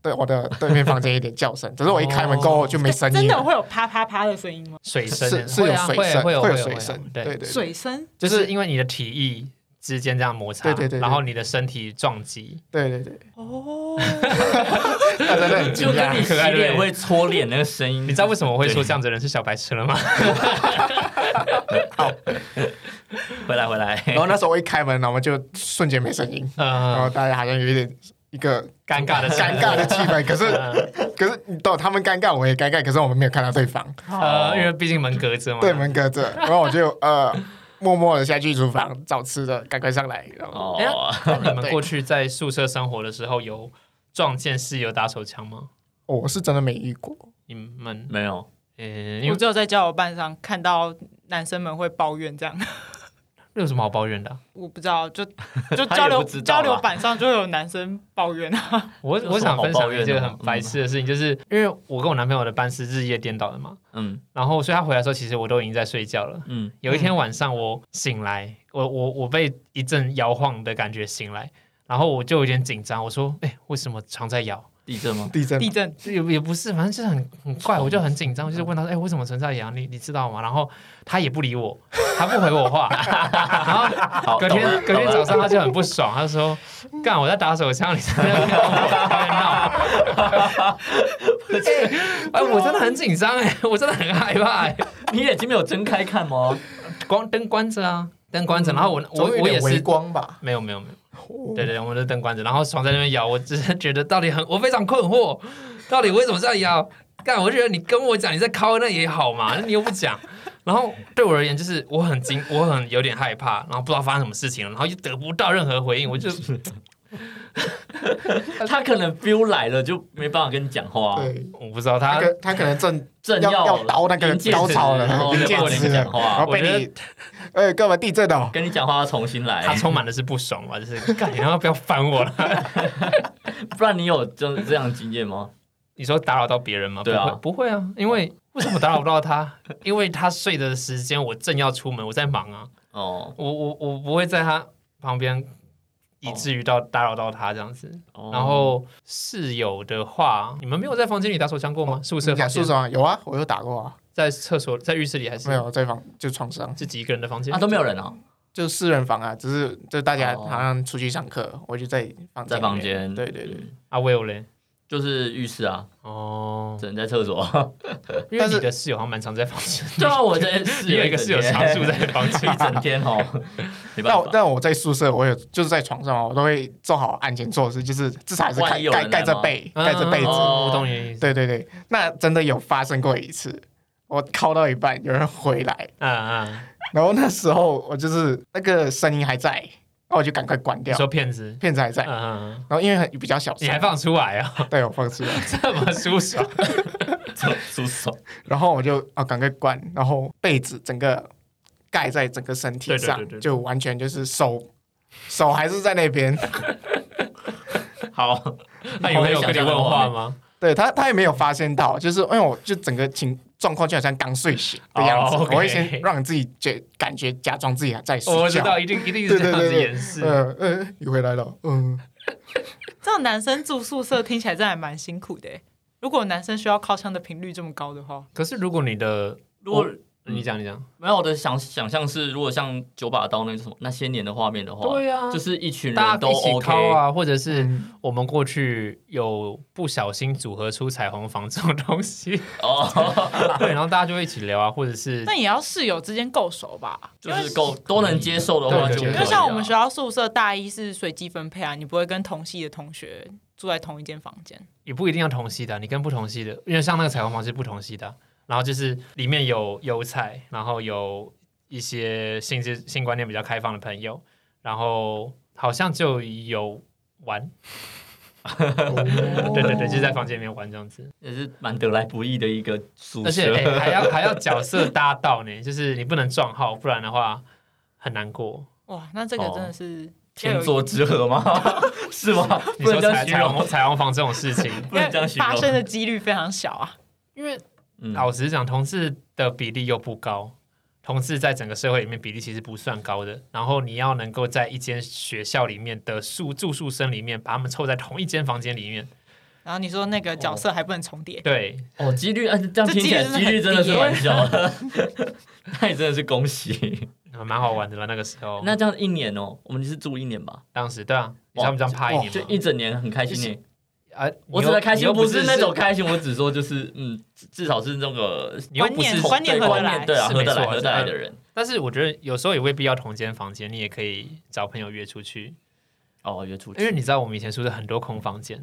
[SPEAKER 4] 对我的对面房间有点叫声，只是我一开门过后就没声
[SPEAKER 2] 真
[SPEAKER 4] 音
[SPEAKER 2] 的
[SPEAKER 4] 了。
[SPEAKER 2] 会有啪啪啪的声音吗？
[SPEAKER 1] 水声
[SPEAKER 4] 是是
[SPEAKER 1] 会
[SPEAKER 4] 有
[SPEAKER 1] 啊
[SPEAKER 4] 水声，
[SPEAKER 1] 会有
[SPEAKER 4] 会有
[SPEAKER 1] 有
[SPEAKER 4] 水
[SPEAKER 1] 会
[SPEAKER 4] 声，对
[SPEAKER 1] 对，
[SPEAKER 4] 对对
[SPEAKER 2] 水声
[SPEAKER 1] 就是因为你的体液之间这样摩擦，
[SPEAKER 4] 对对对对
[SPEAKER 1] 然后你的身体撞击，
[SPEAKER 4] 对对对，
[SPEAKER 2] 哦，
[SPEAKER 4] 大家都很惊
[SPEAKER 3] 就跟你
[SPEAKER 4] 讶。
[SPEAKER 3] 洗脸会搓脸那个声音，
[SPEAKER 1] 你
[SPEAKER 4] 嗯
[SPEAKER 1] 知道为什么我会说
[SPEAKER 3] 对
[SPEAKER 1] 这样子的人是小白痴了吗？
[SPEAKER 3] 回来回来，
[SPEAKER 4] 然后那时候我一开门，然后我们就瞬间没声音， 然后
[SPEAKER 1] 呃，
[SPEAKER 4] 大家好像有一点一个
[SPEAKER 1] 尴尬的
[SPEAKER 4] 尴尬的气氛。可是
[SPEAKER 1] 呃
[SPEAKER 4] 可是你懂，他们尴尬，我也尴尬，可是我们没有看到对方，
[SPEAKER 3] 嗯
[SPEAKER 1] 呃，因为毕竟门隔着嘛，
[SPEAKER 4] 哦对门隔着，然后我就呃默默的下去厨房找吃的，赶快上来。然
[SPEAKER 1] 哎
[SPEAKER 4] 后
[SPEAKER 3] 哦，
[SPEAKER 1] 那你们过去在宿舍生活的时候有撞见室友打手枪吗？
[SPEAKER 4] 我是真的没遇过，
[SPEAKER 1] 你们，
[SPEAKER 3] 没有，
[SPEAKER 1] 嗯，因
[SPEAKER 2] 我
[SPEAKER 1] 为
[SPEAKER 2] 只有在交友办上看到男生们会抱怨这样，
[SPEAKER 1] 这有什么好抱怨的啊？
[SPEAKER 2] 我不知道，就就
[SPEAKER 3] 他
[SPEAKER 2] 交
[SPEAKER 3] 也
[SPEAKER 2] 流
[SPEAKER 3] 不知道
[SPEAKER 2] 交
[SPEAKER 3] 啦
[SPEAKER 2] 流板上就有男生抱怨啊，
[SPEAKER 1] 我
[SPEAKER 3] 有
[SPEAKER 1] 我
[SPEAKER 3] 什么
[SPEAKER 1] 想
[SPEAKER 3] 好
[SPEAKER 1] 分
[SPEAKER 3] 抱
[SPEAKER 1] 享
[SPEAKER 3] 怨
[SPEAKER 1] 一件
[SPEAKER 3] 的
[SPEAKER 1] 很
[SPEAKER 3] 吗嗯
[SPEAKER 1] 白痴的事情，就是因为我跟我男朋友的班是日夜颠倒的嘛，
[SPEAKER 3] 嗯
[SPEAKER 1] 然后所以他回来的时候，其实我都已经在睡觉了。
[SPEAKER 3] 嗯，
[SPEAKER 1] 有一天晚上我醒来，我我我被一阵摇晃的感觉醒来，然后我就有点紧张，我说：“哎、为什么床在摇
[SPEAKER 3] 地震吗？
[SPEAKER 4] 地震
[SPEAKER 2] 地 震？”
[SPEAKER 1] 也也不是，反正就是很很怪，我就很紧张，就是问他说：“哎、为什么床在摇？你你知道吗？”然后他也不理我，他不回我话， 然后
[SPEAKER 3] 好，
[SPEAKER 1] 啊隔
[SPEAKER 3] 懂
[SPEAKER 1] 天
[SPEAKER 3] 了
[SPEAKER 1] 隔天
[SPEAKER 3] 懂
[SPEAKER 1] 早
[SPEAKER 3] 了
[SPEAKER 1] 上他就很不爽，他 说：“干我在打手枪，你在那边跟我在那边 闹。哎”哎，
[SPEAKER 3] 啊
[SPEAKER 1] 我真的很紧张哎， 我真的很害怕哎，
[SPEAKER 3] 你眼睛没有睁开看吗？
[SPEAKER 1] 光灯关着啊，灯关
[SPEAKER 3] 嗯
[SPEAKER 1] 着，然后我我
[SPEAKER 4] 总有一
[SPEAKER 1] 我
[SPEAKER 4] 点
[SPEAKER 1] 也
[SPEAKER 4] 微
[SPEAKER 1] 是。
[SPEAKER 4] 光吧。
[SPEAKER 1] 没有没有没有，对对，我们的灯关着，然后床在那边摇，我只是觉得到底很，我非常困惑，到底为什么这样摇？干，我就觉得你跟我讲你在敲那也好嘛，那 你又不讲，然后对我而言就是我很惊，我很有点害怕，然后不知道发生什么事情了，然后又得不到任何回应，我就
[SPEAKER 3] 他可能 feel 来了就没办法跟你讲话，
[SPEAKER 4] 对，
[SPEAKER 1] 我不知道
[SPEAKER 4] 他
[SPEAKER 1] 他
[SPEAKER 4] 可他可能正
[SPEAKER 3] 正
[SPEAKER 4] 要要到那个
[SPEAKER 3] 临界
[SPEAKER 4] 高
[SPEAKER 3] 值
[SPEAKER 4] 潮了
[SPEAKER 3] 然后
[SPEAKER 4] 临
[SPEAKER 3] 哦没
[SPEAKER 4] 界
[SPEAKER 3] 办法跟
[SPEAKER 4] 值
[SPEAKER 3] 你
[SPEAKER 4] 了
[SPEAKER 3] 讲
[SPEAKER 4] 然后
[SPEAKER 3] 话，
[SPEAKER 1] 我
[SPEAKER 4] 被
[SPEAKER 1] 觉得
[SPEAKER 4] 你哎干嘛地震哦？
[SPEAKER 3] 跟你讲话要重新来
[SPEAKER 1] 他，充满的是不爽嘛， 就是干，你他妈不要烦我了。
[SPEAKER 3] 不然你有这这样的经验吗？
[SPEAKER 1] 你说打扰到别人吗？
[SPEAKER 3] 对啊
[SPEAKER 1] 不会不会啊，因为为什么打扰不到他？因为他睡的时间我正要出门，我在忙啊，
[SPEAKER 3] 哦
[SPEAKER 1] 我我我不会在他旁边，以至于到打扰到他这样子。
[SPEAKER 3] 哦，
[SPEAKER 1] 然后室友的话，你们没有在房间里打手枪过吗？宿舍
[SPEAKER 4] 你
[SPEAKER 1] 房
[SPEAKER 4] 讲
[SPEAKER 1] 间
[SPEAKER 4] 宿舍啊有啊，我有打过啊，
[SPEAKER 1] 在厕所、在浴室里还是
[SPEAKER 4] 没有在房就床上，
[SPEAKER 1] 自己一个人的房间
[SPEAKER 3] 啊，都没有人哦，
[SPEAKER 4] 就四人房啊，只是就大家
[SPEAKER 3] 哦
[SPEAKER 4] 好像出去上课，我就在房间
[SPEAKER 3] 在
[SPEAKER 4] 里面
[SPEAKER 3] 房间，
[SPEAKER 4] 对对对，
[SPEAKER 3] 嗯，
[SPEAKER 1] 啊？Will 嘞？
[SPEAKER 3] 就是浴室啊，
[SPEAKER 1] 哦，
[SPEAKER 3] 只能在厕 所。
[SPEAKER 1] 因为
[SPEAKER 4] 但是
[SPEAKER 1] 你的室友好像蛮常在房 间，
[SPEAKER 3] 对啊，我这
[SPEAKER 1] 你
[SPEAKER 3] 室
[SPEAKER 1] 有
[SPEAKER 3] 友
[SPEAKER 1] 一个室友常住在房间
[SPEAKER 3] 一整 天哦，没办
[SPEAKER 4] 但我
[SPEAKER 3] 法。
[SPEAKER 4] 但我在宿舍，我有就是在床上啊，我都会做好安全措施，就是至少还是
[SPEAKER 3] 万
[SPEAKER 4] 盖
[SPEAKER 3] 一有
[SPEAKER 4] 盖
[SPEAKER 3] 人
[SPEAKER 4] 盖
[SPEAKER 3] 来
[SPEAKER 4] 着
[SPEAKER 3] 吗
[SPEAKER 4] 被，盖着被
[SPEAKER 1] 嗯
[SPEAKER 4] 子。
[SPEAKER 1] 哦我懂你的意思。
[SPEAKER 4] 对对对，那真的有发生过一次，我靠到一半有人回来，
[SPEAKER 1] 啊啊！
[SPEAKER 4] 然后那时候我就是那个声音还在，然后我就赶快关
[SPEAKER 1] 你
[SPEAKER 4] 掉，
[SPEAKER 1] 说骗子？
[SPEAKER 4] 骗子还在，
[SPEAKER 1] 嗯嗯，嗯
[SPEAKER 4] 然后因为很比较小
[SPEAKER 1] 你
[SPEAKER 4] 声，
[SPEAKER 1] 还放出来啊？
[SPEAKER 4] 对我放弃了，
[SPEAKER 1] 这么舒爽？
[SPEAKER 3] 出手，
[SPEAKER 4] 然后我就啊赶快关，然后被子整个盖在整个身体
[SPEAKER 1] 对对
[SPEAKER 4] 上，
[SPEAKER 1] 对对对
[SPEAKER 4] 就完全就是手 手还是在那边，
[SPEAKER 3] 好，
[SPEAKER 1] 他啊有没有跟你问话吗？
[SPEAKER 4] 对他他也没有发现到，就是因为我就整个情状况就好像刚睡醒的
[SPEAKER 1] 哦
[SPEAKER 4] 样子，
[SPEAKER 1] OK
[SPEAKER 4] 我会先让自己觉感觉假装自己还在睡觉，
[SPEAKER 1] 我知道，一定一定是这
[SPEAKER 4] 对对
[SPEAKER 1] 样
[SPEAKER 4] 对
[SPEAKER 1] 子
[SPEAKER 4] 对，
[SPEAKER 1] 掩饰。
[SPEAKER 4] 嗯嗯，你回来了，嗯，
[SPEAKER 2] 这种男生住宿舍听起来真的还蛮辛苦的欸。如果男生需要靠枪的频率这么高的话，
[SPEAKER 1] 可是如果你的，
[SPEAKER 3] 如果
[SPEAKER 1] 你讲你讲，
[SPEAKER 3] 没有我的想想象是，如果像九把刀那个什么那些年的画面的话，
[SPEAKER 1] 呀
[SPEAKER 3] 就是一群
[SPEAKER 1] 啊大
[SPEAKER 3] 人
[SPEAKER 1] 家
[SPEAKER 3] 都
[SPEAKER 1] 一起
[SPEAKER 3] OK，
[SPEAKER 1] 掏啊，或者是
[SPEAKER 4] 嗯
[SPEAKER 1] 我们过去有不小心组合出彩虹房这种东西，
[SPEAKER 3] 哦，
[SPEAKER 1] 对，然后大家就会一起聊啊，或者是
[SPEAKER 2] 那也要室友之间够熟吧？
[SPEAKER 3] 就是够都能接受的话
[SPEAKER 1] 对
[SPEAKER 3] 就
[SPEAKER 1] 对对
[SPEAKER 3] 可以啊，
[SPEAKER 2] 因为像我们学校宿舍大一是随机分配啊，你不会跟同系的同学住在同一间房间。
[SPEAKER 1] 也不一定要同系的啊、你跟不同系的，因为像那个彩虹房是不同系的啊、然后就是里面有有彩，然后有一些性质性观念比较开放的朋友，然后好像就有玩， 对对对，就是在房间里面玩这样子，
[SPEAKER 3] 也是蛮得来不易的一个宿
[SPEAKER 1] 而且、
[SPEAKER 3] 舍，
[SPEAKER 1] 哎还要还要角色搭到呢，就是你不能撞号，不然的话很难过。
[SPEAKER 2] 哇，那这个真的是要有
[SPEAKER 3] 天作之合吗？是吗？
[SPEAKER 1] 你
[SPEAKER 3] 不
[SPEAKER 1] 说
[SPEAKER 3] 能这
[SPEAKER 1] 彩
[SPEAKER 3] 样形
[SPEAKER 1] 彩
[SPEAKER 3] 容，
[SPEAKER 1] 虹彩虹房这种事情，
[SPEAKER 3] 不能这样形
[SPEAKER 2] 发生
[SPEAKER 3] 容。
[SPEAKER 2] 的几率非常小啊。
[SPEAKER 1] 因为
[SPEAKER 3] 嗯
[SPEAKER 1] 老实讲，同志的比例又不高，同志在整个社会里面比例其实不算高的。然后你要能够在一间学校里面的宿住宿生里面，把他们凑在同一间房间里面，
[SPEAKER 2] 然后你说那个角色还不能重叠，
[SPEAKER 1] 对，
[SPEAKER 3] 哦，几率，嗯，这样听起来
[SPEAKER 2] 这
[SPEAKER 3] 几
[SPEAKER 2] 几率
[SPEAKER 3] 率真
[SPEAKER 2] 真
[SPEAKER 3] 的
[SPEAKER 2] 的很
[SPEAKER 3] 是
[SPEAKER 2] 低耶
[SPEAKER 3] 蛮小的， 那也真的是恭喜。
[SPEAKER 1] 呃蛮好玩的了。那个时候，
[SPEAKER 3] 那这样一年哦，我们是住一年吧，
[SPEAKER 1] 当时对啊，你知道他们这样趴一年
[SPEAKER 3] 就
[SPEAKER 1] 吗
[SPEAKER 3] 一整年很开心
[SPEAKER 1] 就
[SPEAKER 3] 耶。
[SPEAKER 1] 啊，
[SPEAKER 3] 我
[SPEAKER 1] 你
[SPEAKER 3] 指
[SPEAKER 1] 又
[SPEAKER 3] 的开
[SPEAKER 1] 你
[SPEAKER 3] 心
[SPEAKER 1] 又
[SPEAKER 3] 不
[SPEAKER 1] 不
[SPEAKER 3] 是那种
[SPEAKER 1] 是
[SPEAKER 3] 开心，我只说就是嗯，至至少是那个
[SPEAKER 1] 你又不
[SPEAKER 2] 观
[SPEAKER 1] 是
[SPEAKER 2] 念观念合得
[SPEAKER 3] 观
[SPEAKER 2] 来
[SPEAKER 3] 念对啊，
[SPEAKER 1] 是
[SPEAKER 3] 合得
[SPEAKER 1] 没
[SPEAKER 3] 来
[SPEAKER 1] 错
[SPEAKER 3] 合得来的人。
[SPEAKER 1] 但是我觉得有时候也未必要同间房间，你也可以找朋友约出去，
[SPEAKER 3] 哦，约出去，
[SPEAKER 1] 因为你知道我们以前宿舍很多空房间，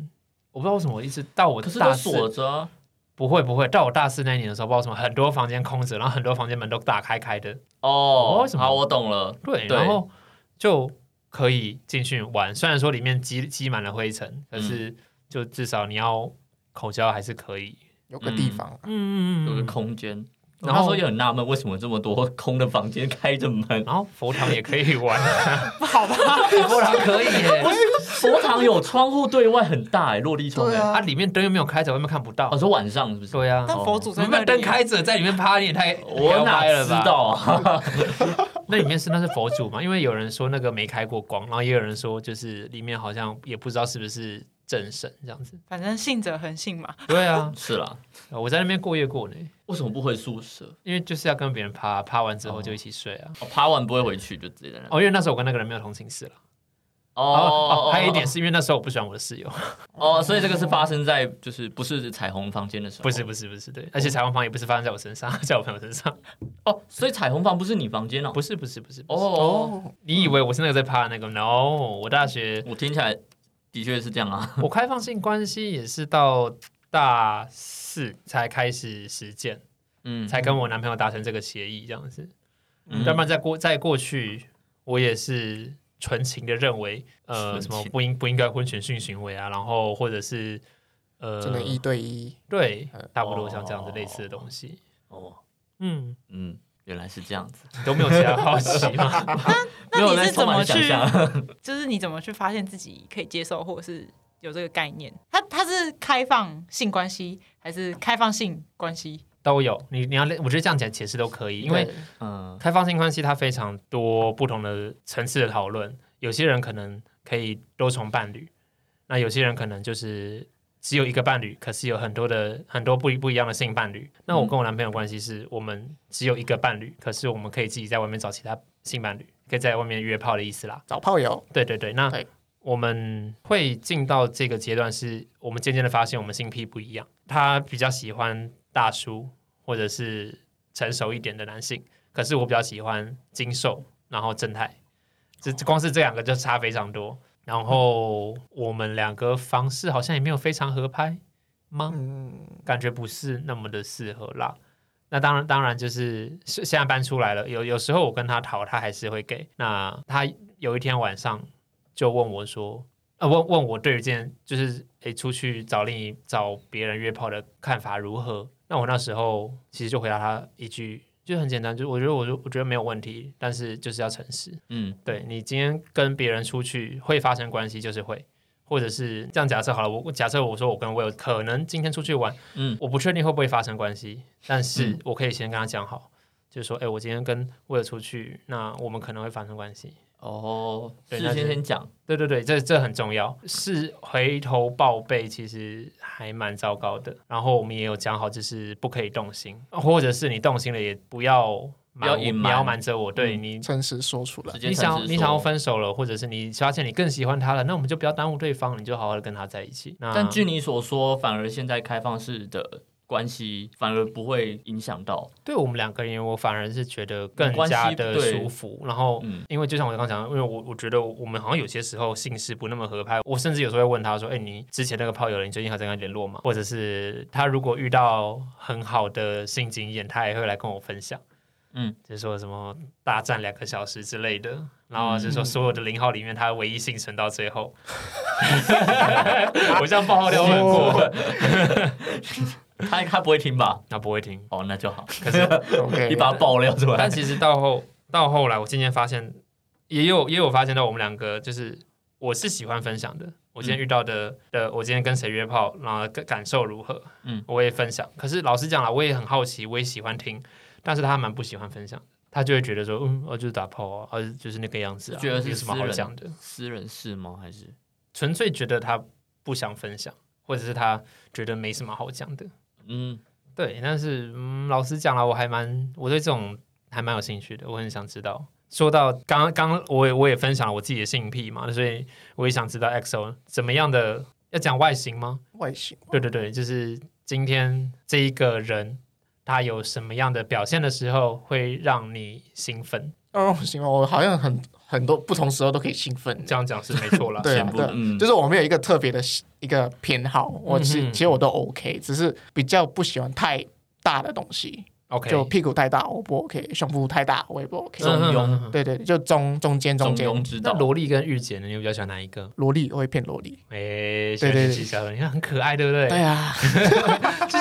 [SPEAKER 1] 我不知道为什么一直到我
[SPEAKER 3] 可是
[SPEAKER 1] 大
[SPEAKER 3] 都
[SPEAKER 1] 四
[SPEAKER 3] 锁着啊，
[SPEAKER 1] 不会不会，到我大四那一年的时候，不知道为什么很多房间空着，然后很多房间门都打开开的，我
[SPEAKER 3] 哦
[SPEAKER 1] 为什，么
[SPEAKER 3] 好，我懂了。
[SPEAKER 1] 对，
[SPEAKER 3] 对
[SPEAKER 1] 然后就可以进去玩。虽然说里面积积满了灰尘，可是就至少你要口交还是可以。
[SPEAKER 4] 有个地方，
[SPEAKER 1] 嗯
[SPEAKER 3] 有个。空间。
[SPEAKER 1] 然
[SPEAKER 3] 然后
[SPEAKER 1] 后
[SPEAKER 3] 说也很纳闷，为什么这么多空的房间开着门？
[SPEAKER 1] 然后佛堂也可以玩，
[SPEAKER 2] 不好吧？
[SPEAKER 1] 佛堂可以 耶。
[SPEAKER 3] 佛堂有窗户对外很大哎、落地窗哎、
[SPEAKER 1] 啊，里面灯又没有开着，外面看不到
[SPEAKER 3] 哦，。说晚上是不是？
[SPEAKER 1] 对啊，
[SPEAKER 2] 但佛祖在
[SPEAKER 1] 你
[SPEAKER 2] 那
[SPEAKER 1] 把
[SPEAKER 2] 里
[SPEAKER 1] 灯开着，在里面趴，你也太
[SPEAKER 3] 我哪
[SPEAKER 1] 太摇摆
[SPEAKER 3] 知
[SPEAKER 1] 了吧？
[SPEAKER 3] 道啊？
[SPEAKER 1] 那里面是那是佛祖嘛？因为有人说那个没开过光，然后也有人说就是里面好像也不知道是不是正神这样子。
[SPEAKER 2] 反正信者恒信嘛。
[SPEAKER 1] 对啊，
[SPEAKER 3] 是啦，
[SPEAKER 1] 呃我在那边过夜过呢，
[SPEAKER 3] 为什么不回宿舍？
[SPEAKER 1] 因为就是要跟别人趴，趴完之后就一起睡啊。
[SPEAKER 3] 哦、爬完不会回去，就直接在那。
[SPEAKER 1] 哦，因为那时候我跟那个人没有同寝室了。
[SPEAKER 3] 哦，
[SPEAKER 1] 还有一点是因为那时候我不喜欢我的室友，
[SPEAKER 3] 哦，所以这个是发生在就是不是彩虹房间的时候？
[SPEAKER 1] 不是不是不是对，而且彩虹房也不是发生在我身上， 在我朋友身上，
[SPEAKER 3] 哦，所以彩虹房不是你房间哦。
[SPEAKER 1] 不是不是不是。哦，
[SPEAKER 3] 哦，
[SPEAKER 1] 你以为我是那个在趴的那个？No，我大学
[SPEAKER 3] 我听起来的确是这样啊。
[SPEAKER 1] 我开放性关系也是到大四才开始实践，
[SPEAKER 3] 嗯，
[SPEAKER 1] 才跟我男朋友达成这个协议，这样子。
[SPEAKER 3] 嗯
[SPEAKER 1] 要不然在过在过去，我也是纯情的认为，呃，
[SPEAKER 3] 纯
[SPEAKER 1] 什么
[SPEAKER 3] 情
[SPEAKER 1] 不应不应该婚前性行为啊，然后或者是呃，
[SPEAKER 4] 真的一对一，
[SPEAKER 1] 对
[SPEAKER 4] 呃，
[SPEAKER 1] 差不多像这样子类似的东西。
[SPEAKER 3] 哦，
[SPEAKER 1] 嗯，
[SPEAKER 3] 嗯，原来是这样子。
[SPEAKER 1] 你都没有其他好奇吗？
[SPEAKER 2] 那
[SPEAKER 3] 没有
[SPEAKER 2] 你
[SPEAKER 3] 在
[SPEAKER 2] 是怎
[SPEAKER 3] 充满
[SPEAKER 2] 么
[SPEAKER 3] 想
[SPEAKER 2] 去？
[SPEAKER 3] 象
[SPEAKER 2] 就是你怎么去发现自己可以接受，或者是有这个概念？他他是开放性关系还是开放性 关系？
[SPEAKER 1] 都有，你你要，我觉得这样讲解释都可以，因为
[SPEAKER 4] 对
[SPEAKER 3] 嗯，
[SPEAKER 1] 开放性关系它非常多不同的层次的讨论，有些人可能可以多重伴侣，那有些人可能就是只有一个伴侣，可是有很多的很多不一不一样的性伴侣。那我跟我男朋友关系是我们只有一个伴侣，可是我们可以自己在外面找其他性伴侣，可以在外面约炮的意思啦。
[SPEAKER 4] 找炮友，
[SPEAKER 1] 对对对，那
[SPEAKER 4] 对
[SPEAKER 1] 我们会进到这个阶段是，我们渐渐的发现我们性癖不一样，他比较喜欢大叔或者是成熟一点的男性，可是我比较喜欢精瘦，然后正太，这
[SPEAKER 4] 哦
[SPEAKER 1] 这光是这两个就差非常多。然后我们两个方式好像也没有非常合拍吗？
[SPEAKER 4] 嗯，
[SPEAKER 1] 感觉不是那么的适合啦。那当然，当然就是现现在搬出来了，有有时候我跟他讨，他还是会给。那他有一天晚上就问我说，呃，问问我对于这件就是诶出去找另一找别人约炮的看法如何？那我那时候其实就回答他一句，就很简单，就我觉得我就我觉得没有问题，但是就是要诚实。
[SPEAKER 3] 嗯
[SPEAKER 1] 对你今天跟别人出去会发生关系，就是会，或者是这样假设好了，我我假设我说我跟 Will 可能今天出去玩，
[SPEAKER 3] 嗯
[SPEAKER 1] 我不确定会不会发生关系，但是
[SPEAKER 3] 嗯
[SPEAKER 1] 我可以先跟他讲好，就是说，哎、我今天跟 Will 出去，那我们可能会发生关系。
[SPEAKER 3] 哦，
[SPEAKER 1] 对
[SPEAKER 3] 事
[SPEAKER 1] 那
[SPEAKER 3] 先
[SPEAKER 1] 是
[SPEAKER 3] 先讲，
[SPEAKER 1] 对对对，这这很重要。是回头报备，其实还蛮糟糕的。然后我们也有讲好，就是不可以动心，或者是你动心了也不要瞒
[SPEAKER 3] 不要
[SPEAKER 1] 我
[SPEAKER 3] 隐
[SPEAKER 1] 不
[SPEAKER 3] 瞒嗯
[SPEAKER 1] 要瞒着我，对你
[SPEAKER 4] 诚实说出 来
[SPEAKER 3] 直，接
[SPEAKER 1] 你
[SPEAKER 3] 诚实
[SPEAKER 1] 想
[SPEAKER 3] 说
[SPEAKER 1] 你想要，分手了，或者是你发现你更喜欢他了，那我们就不要耽误对方，你就好好的跟他在一起。那
[SPEAKER 3] 但据你所说，反而现在开放式的关系反而不会影响到，
[SPEAKER 1] 对我们两个人，我反而是觉得更
[SPEAKER 3] 关系
[SPEAKER 1] 加的
[SPEAKER 3] 对
[SPEAKER 1] 舒服。然后，
[SPEAKER 3] 嗯
[SPEAKER 1] 因为就像我刚刚讲的，因为我我觉得我们好像有些时候性事不那么合拍，我甚至有时候会问他说：“哎，你之前那个炮友，你最近还在跟他联络吗？”或者是他如果遇到很好的性经验，他也会来跟我分享。
[SPEAKER 3] 嗯，
[SPEAKER 1] 就是说什么大战两个小时之类的，然后就是
[SPEAKER 3] 嗯
[SPEAKER 1] 说所有的零号里面，他唯一幸存到最后。 我这样爆料会很
[SPEAKER 3] 哦
[SPEAKER 1] 过分，
[SPEAKER 3] 他他不会听吧？
[SPEAKER 1] 那不会听。
[SPEAKER 3] 哦，那就好，
[SPEAKER 1] 可是
[SPEAKER 4] OK，
[SPEAKER 3] 你把它爆料出来
[SPEAKER 1] 但，其实到后到后来，我渐渐发现，也有也有发现到我们两个就是我是喜欢分享的。我
[SPEAKER 3] 嗯
[SPEAKER 1] 今天遇到的、的，我今天跟谁约炮，然后感感受如何，
[SPEAKER 3] 嗯，
[SPEAKER 1] 我也分享。可是老实讲了，我也很好奇，我也喜欢听，但是他蛮不喜欢分享的，他就会觉得说，嗯，哦，就是打炮啊，哦，就是那个样子、啊，
[SPEAKER 3] 觉得是
[SPEAKER 1] 有什么
[SPEAKER 3] 私
[SPEAKER 1] 好
[SPEAKER 3] 人
[SPEAKER 1] 讲的，
[SPEAKER 3] 私人事吗？还是
[SPEAKER 1] 纯粹觉得他不想分享，或者是他觉得没什么好讲的。
[SPEAKER 3] 嗯，
[SPEAKER 1] 对，但是嗯，老实讲了，我还蛮我对这种还蛮有兴趣的，我很想知道。说到刚刚我也我也分享了我自己的性癖嘛，所以我也想知道 EXO 怎么样的要讲外形吗？
[SPEAKER 4] 外形，
[SPEAKER 1] 对对对，就是今天这一个人他有什么样的表现的时候会让你兴奋？
[SPEAKER 4] 哦，行吧，我好像很很多不同时候都可以兴奋，
[SPEAKER 1] 这样讲是没错啦。
[SPEAKER 4] 对
[SPEAKER 3] 全
[SPEAKER 4] 啊，
[SPEAKER 3] 部
[SPEAKER 4] 对啊，
[SPEAKER 3] 嗯
[SPEAKER 4] 就是我没有一个特别的喜一个偏好，我其
[SPEAKER 1] 嗯哼
[SPEAKER 4] 其实我都 OK，只是比较不喜欢太大的东西，
[SPEAKER 1] OK，
[SPEAKER 4] 就屁股太大我不 OK，胸部太大我也不 OK，
[SPEAKER 3] 嗯中庸
[SPEAKER 1] 嗯嗯嗯嗯
[SPEAKER 4] 对对，对就中中间
[SPEAKER 3] 中
[SPEAKER 4] 中间，
[SPEAKER 3] 庸之
[SPEAKER 1] 那
[SPEAKER 3] 道，
[SPEAKER 1] 萝莉跟御姐呢？你比较喜欢哪一个？
[SPEAKER 4] 萝莉我会骗萝莉，
[SPEAKER 1] 哎，
[SPEAKER 4] 对对对
[SPEAKER 1] 小你看很可爱，对不对？
[SPEAKER 4] 对啊，
[SPEAKER 1] 就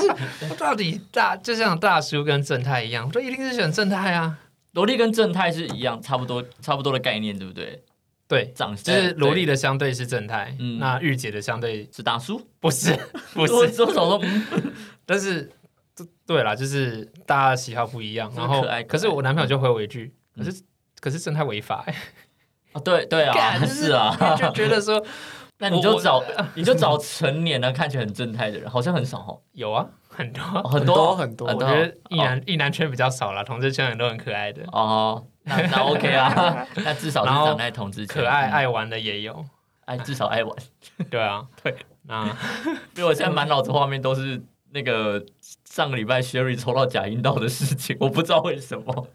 [SPEAKER 1] 是 到底大就像大叔跟正太一样，我说一定是选正太啊。
[SPEAKER 3] 萝莉跟正太是一样，差不多差不多的概念，对不对？
[SPEAKER 1] 对，
[SPEAKER 3] 长
[SPEAKER 1] 就是萝莉
[SPEAKER 3] 的
[SPEAKER 1] 的相对是正太，
[SPEAKER 3] 嗯
[SPEAKER 1] 那御姐的相对
[SPEAKER 3] 是大叔，
[SPEAKER 1] 不 是不
[SPEAKER 3] 我
[SPEAKER 1] 是，
[SPEAKER 3] 我想说，嗯
[SPEAKER 1] 但是这对啦，就是大家喜好不一样。
[SPEAKER 3] 这么
[SPEAKER 1] 然后
[SPEAKER 3] 可爱可爱
[SPEAKER 1] 可是我男朋友就回我一句，
[SPEAKER 3] 嗯
[SPEAKER 1] 可是可是正太违 法，欸
[SPEAKER 3] 啊对对 啊，
[SPEAKER 1] 干
[SPEAKER 3] 是啊，
[SPEAKER 1] 就觉得说
[SPEAKER 3] 那你
[SPEAKER 1] 我
[SPEAKER 3] 就
[SPEAKER 1] 我
[SPEAKER 3] 找你就找成年的看起来很正太的人，好像很少哦，
[SPEAKER 1] 有啊，很 多。
[SPEAKER 3] 哦
[SPEAKER 4] 很
[SPEAKER 3] 多
[SPEAKER 4] 很多
[SPEAKER 1] 我
[SPEAKER 3] 很
[SPEAKER 1] 觉
[SPEAKER 3] 多
[SPEAKER 1] 得一男一男圈比较少啦，同志圈很多很可爱的，
[SPEAKER 3] 哦，那那 OK 啊，那至少是
[SPEAKER 1] 然后
[SPEAKER 3] 长在同志圈
[SPEAKER 1] 可爱
[SPEAKER 3] 嗯
[SPEAKER 1] 爱玩的也有，
[SPEAKER 3] 爱至少爱玩，
[SPEAKER 1] 对啊，
[SPEAKER 3] 对。
[SPEAKER 1] 那
[SPEAKER 3] 因为我现在满脑子画面都是那个上个礼拜 Sherry 抽到假阴道的事情，我不知道为什么，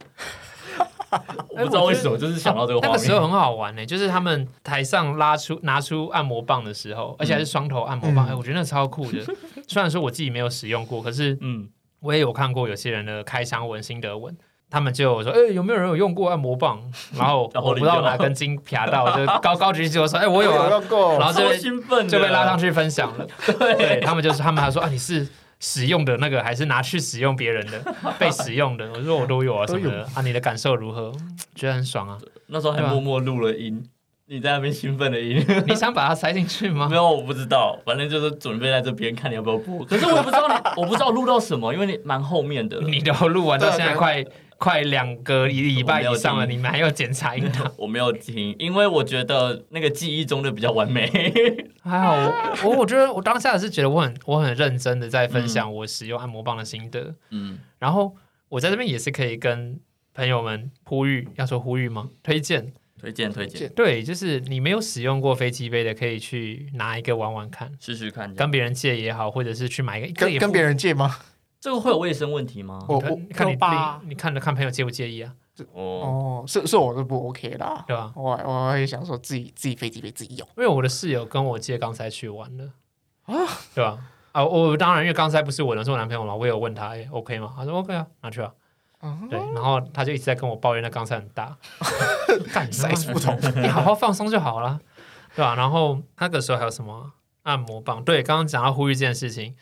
[SPEAKER 3] 我不知道为什么，就是想到这个
[SPEAKER 1] 那
[SPEAKER 3] 画
[SPEAKER 1] 个时候
[SPEAKER 3] 面。
[SPEAKER 1] 很好玩呢、欸就是他们台上拉出拿出按摩棒的时候，而且还是双头按摩棒，
[SPEAKER 4] 嗯
[SPEAKER 1] 哎、我觉得那超酷的。虽然说我自己没有使用过，可是
[SPEAKER 3] 嗯，
[SPEAKER 1] 我也有看过有些人的开箱文、心得文，他们就有说：“哎、有没有人有用过按摩棒？”然后
[SPEAKER 3] 然后
[SPEAKER 1] 我不知道
[SPEAKER 3] 你就
[SPEAKER 1] 哪根筋啪到，就高高举起我说：“哎、我有
[SPEAKER 4] 我
[SPEAKER 1] 啊
[SPEAKER 4] 用过，
[SPEAKER 1] 然后就
[SPEAKER 3] 超
[SPEAKER 1] 被
[SPEAKER 3] 兴奋！”的，啊
[SPEAKER 1] 就被拉上去分享了。对他们就是他们还说：“啊，你是。”使用的那个还是拿去使用别人的，被使用的，我说我都有啊什
[SPEAKER 4] 都
[SPEAKER 1] 么
[SPEAKER 4] 有
[SPEAKER 1] 的啊，你的感受如何？觉得很爽啊，
[SPEAKER 3] 那时候还默默录了音，你在那边兴奋的音，
[SPEAKER 1] 你想把它塞进去吗
[SPEAKER 3] 没？有，我不知道，反正就是准备在这边看你要不要播。可是我也不知道你，我不知道录到什么，因为你蛮后面的了。
[SPEAKER 1] 你都录完到
[SPEAKER 4] 对啊
[SPEAKER 1] 现在快快两个礼拜以上了，
[SPEAKER 3] 我没
[SPEAKER 1] 你
[SPEAKER 3] 有
[SPEAKER 1] 们还要检查音 档？
[SPEAKER 3] 我没有听，因为我觉得那个记忆中的比较完美。
[SPEAKER 1] 还好，我我我觉得我当下是觉得我很我很认真的在分
[SPEAKER 4] 嗯
[SPEAKER 1] 享我使用按摩棒的心得，
[SPEAKER 3] 嗯，
[SPEAKER 1] 然后我在这边也是可以跟朋友们呼吁，要说呼吁吗？推荐，
[SPEAKER 3] 推荐推
[SPEAKER 4] 推
[SPEAKER 3] 荐，
[SPEAKER 4] 荐
[SPEAKER 1] 对，就是你没有使用过飞机杯的，可以去拿一个玩玩看，
[SPEAKER 3] 试试看这样。
[SPEAKER 1] 跟别人借也好，或者是去买一个，可
[SPEAKER 4] 跟
[SPEAKER 1] 以
[SPEAKER 4] 跟别人借吗？
[SPEAKER 3] 这个会有卫生问题吗？
[SPEAKER 2] 哦
[SPEAKER 4] 我
[SPEAKER 1] 看
[SPEAKER 4] 我
[SPEAKER 1] 看你
[SPEAKER 2] 有吧
[SPEAKER 1] 你你看着看朋友介不介意啊，
[SPEAKER 3] 哦，
[SPEAKER 4] 哦，是是我是不 OK 啦。
[SPEAKER 1] 对吧？
[SPEAKER 4] 我我也想说自己自己飞机杯自己用，
[SPEAKER 1] 因为我的室友跟我借刚才去玩了，啊，对吧？啊，我当然因为刚才不是我的，是我男朋友嘛，我有问他、哎 o k 吗？他说 OK 啊，拿去啊。
[SPEAKER 4] 嗯
[SPEAKER 1] 对，然后他就一直在跟我抱怨那钢塞很大，干什
[SPEAKER 4] size 不同。
[SPEAKER 1] 你好好放松就好了，对吧、然后那个时候还有什么按摩棒？对，刚刚讲到呼吁这件事情，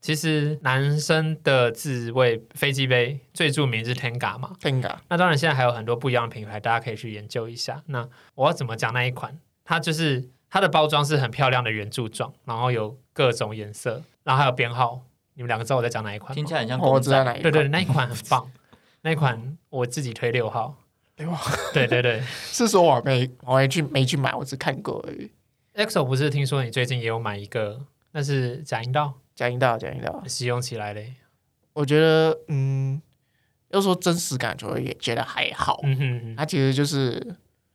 [SPEAKER 1] 其实男生的自慰飞机杯最著名是 Tenga 嘛，
[SPEAKER 4] 听啊，
[SPEAKER 1] 那当然现在还有很多不一样的品牌，大家可以去研究一下。那我要怎么讲那一款？它就是它的包装是很漂亮的圆柱状，然后有各种颜色，然后还有编号。你们两个知道我在讲哪一款吗？
[SPEAKER 3] 听起来很像
[SPEAKER 4] 哦
[SPEAKER 2] 哦
[SPEAKER 4] 我
[SPEAKER 3] 公
[SPEAKER 4] 知道
[SPEAKER 3] 仔。
[SPEAKER 4] 哪一
[SPEAKER 1] 对
[SPEAKER 4] 款
[SPEAKER 1] 对，那一款很棒，那一款我自己推六号。
[SPEAKER 4] 六
[SPEAKER 1] 对对对
[SPEAKER 4] 是说我没我没去没去买，我只看过而已。
[SPEAKER 1] ，EXO 不是听说你最近也有买一个，那是假阴道，
[SPEAKER 4] 假阴道，假阴道，
[SPEAKER 1] 使用起来嘞。
[SPEAKER 4] 哦我觉得嗯，要说真实感，我也觉得还好。
[SPEAKER 1] 嗯哼哼，
[SPEAKER 4] 它其实就是，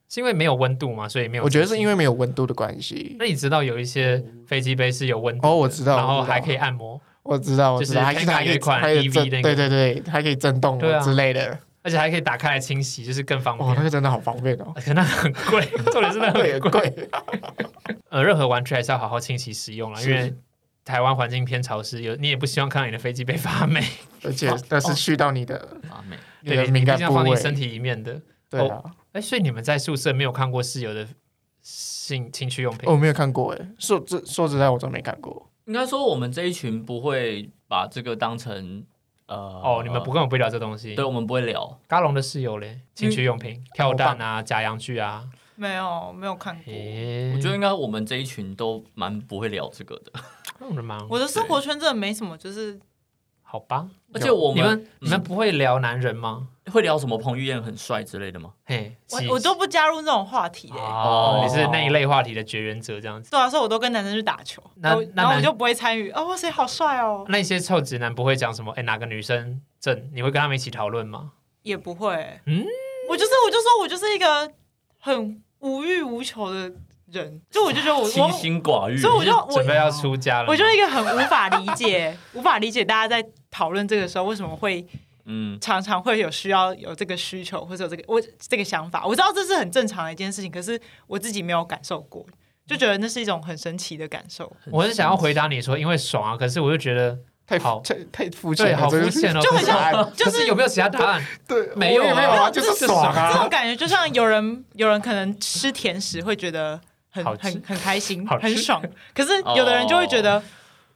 [SPEAKER 1] 是因为没有温度嘛，所以没有。
[SPEAKER 4] 我觉得是因。为没有温度的关系。
[SPEAKER 1] 那你知道有一些飞机杯是有温度的，
[SPEAKER 4] 哦我知道
[SPEAKER 1] 然后
[SPEAKER 4] 我知道
[SPEAKER 1] 还可以按摩，
[SPEAKER 4] 我知道，我
[SPEAKER 1] 就是
[SPEAKER 4] 知道，还
[SPEAKER 1] Tenga
[SPEAKER 4] 还可
[SPEAKER 1] 有一
[SPEAKER 4] 以
[SPEAKER 1] 款
[SPEAKER 4] 还可以
[SPEAKER 1] EV 那个
[SPEAKER 4] 震，对对对，还可以震动
[SPEAKER 1] 对啊
[SPEAKER 4] 之类的。
[SPEAKER 1] 而且还可以打开来清洗，就是更方便。
[SPEAKER 4] 哇，那个真的好方 便哦，
[SPEAKER 1] 而且那很贵，重点是那
[SPEAKER 4] 贵
[SPEAKER 1] 很
[SPEAKER 4] 也
[SPEAKER 1] 贵。
[SPEAKER 4] 贵。
[SPEAKER 1] 呃，任何玩具还是要好好清洗使用啦，因
[SPEAKER 4] 是
[SPEAKER 1] 为台湾环境偏潮湿，有你也不希望看到你的飞机被发霉，
[SPEAKER 4] 而且那是去到你的
[SPEAKER 3] 啊美
[SPEAKER 4] 你
[SPEAKER 1] 哦 对，
[SPEAKER 4] 的
[SPEAKER 1] 你
[SPEAKER 4] 敏
[SPEAKER 1] 毕
[SPEAKER 4] 感
[SPEAKER 1] 竟要
[SPEAKER 4] 部
[SPEAKER 1] 放进
[SPEAKER 4] 位，
[SPEAKER 1] 身体里面的。
[SPEAKER 4] 对啊，
[SPEAKER 1] 哎，所以你们在宿舍没有看过室友的性情趣用品？
[SPEAKER 4] 哦我没有看过哎，说这说实在，我真没看过。
[SPEAKER 3] 应该说我们这一群不会把这个当成呃
[SPEAKER 1] 哦，你们不根本不会聊这东西
[SPEAKER 3] 对，。我们不会聊。
[SPEAKER 1] 嘎龙的室友嘞，情趣用
[SPEAKER 4] 嗯
[SPEAKER 1] 品、跳蛋啊、假洋具啊。
[SPEAKER 2] 没有没有看过。
[SPEAKER 1] 诶，
[SPEAKER 3] 哦我觉得应该我们这一群都蛮不会聊这个的，
[SPEAKER 2] 嗯
[SPEAKER 1] 我的妈，
[SPEAKER 2] 我的生活圈真的没什么，就是
[SPEAKER 1] 好吧。
[SPEAKER 3] 而且我
[SPEAKER 1] 你
[SPEAKER 3] 们嗯
[SPEAKER 1] 们你们不会聊男人吗？
[SPEAKER 3] 会聊什么彭于晏很帅之类的吗？
[SPEAKER 1] 嘿，
[SPEAKER 2] 我
[SPEAKER 1] 喜
[SPEAKER 2] 我都不加入这种话题的、
[SPEAKER 1] 哦，
[SPEAKER 3] 哦
[SPEAKER 1] 你是那一类话题的绝缘者这样子。
[SPEAKER 2] 对啊，所以我都跟男生去打球，
[SPEAKER 1] 那
[SPEAKER 2] 然后
[SPEAKER 1] 那
[SPEAKER 2] 然后我
[SPEAKER 1] 男
[SPEAKER 2] 就不会参与。哦，哇谁好帅哦，
[SPEAKER 1] 那些臭直男不会讲什么，哎、哪个女生正？你会跟他们一起讨论吗？
[SPEAKER 2] 也不会。
[SPEAKER 1] 嗯
[SPEAKER 2] 嗯，我就是我就说我就是一个很无欲无求的人，就我就觉得我
[SPEAKER 3] 清
[SPEAKER 2] 我
[SPEAKER 3] 心寡欲，
[SPEAKER 2] 所以我就
[SPEAKER 1] 准备
[SPEAKER 2] 我
[SPEAKER 1] 要出家了吗，
[SPEAKER 2] 我就一个很无法理解无法理解大家在讨论这个时候为什么会
[SPEAKER 3] 嗯，
[SPEAKER 2] 常常会有需要有这个需求或者有这个我这个想法，我知道这是很正常的一件事情，可是我自己没有感受过，就觉得那是一种很神奇的感受，
[SPEAKER 1] 我是想要回答你说，因为爽啊，可是我就觉得
[SPEAKER 4] 太
[SPEAKER 1] 好
[SPEAKER 4] 太太肤
[SPEAKER 1] 对，
[SPEAKER 4] 浅了，
[SPEAKER 1] 好肤 浅哦，
[SPEAKER 2] 就很
[SPEAKER 1] 可是
[SPEAKER 2] 像就
[SPEAKER 1] 可
[SPEAKER 2] 是
[SPEAKER 1] 是有没有其他答案？
[SPEAKER 4] 对，
[SPEAKER 1] 没有啊
[SPEAKER 4] 我也没有啊，
[SPEAKER 2] 没
[SPEAKER 4] 就
[SPEAKER 2] 有
[SPEAKER 4] 是爽
[SPEAKER 2] 这
[SPEAKER 4] 啊
[SPEAKER 2] 种，感觉就像有人有人可能吃甜食会觉得很
[SPEAKER 1] 好吃
[SPEAKER 2] 很很开心
[SPEAKER 1] 好吃
[SPEAKER 2] 很爽，可是有的人就会觉得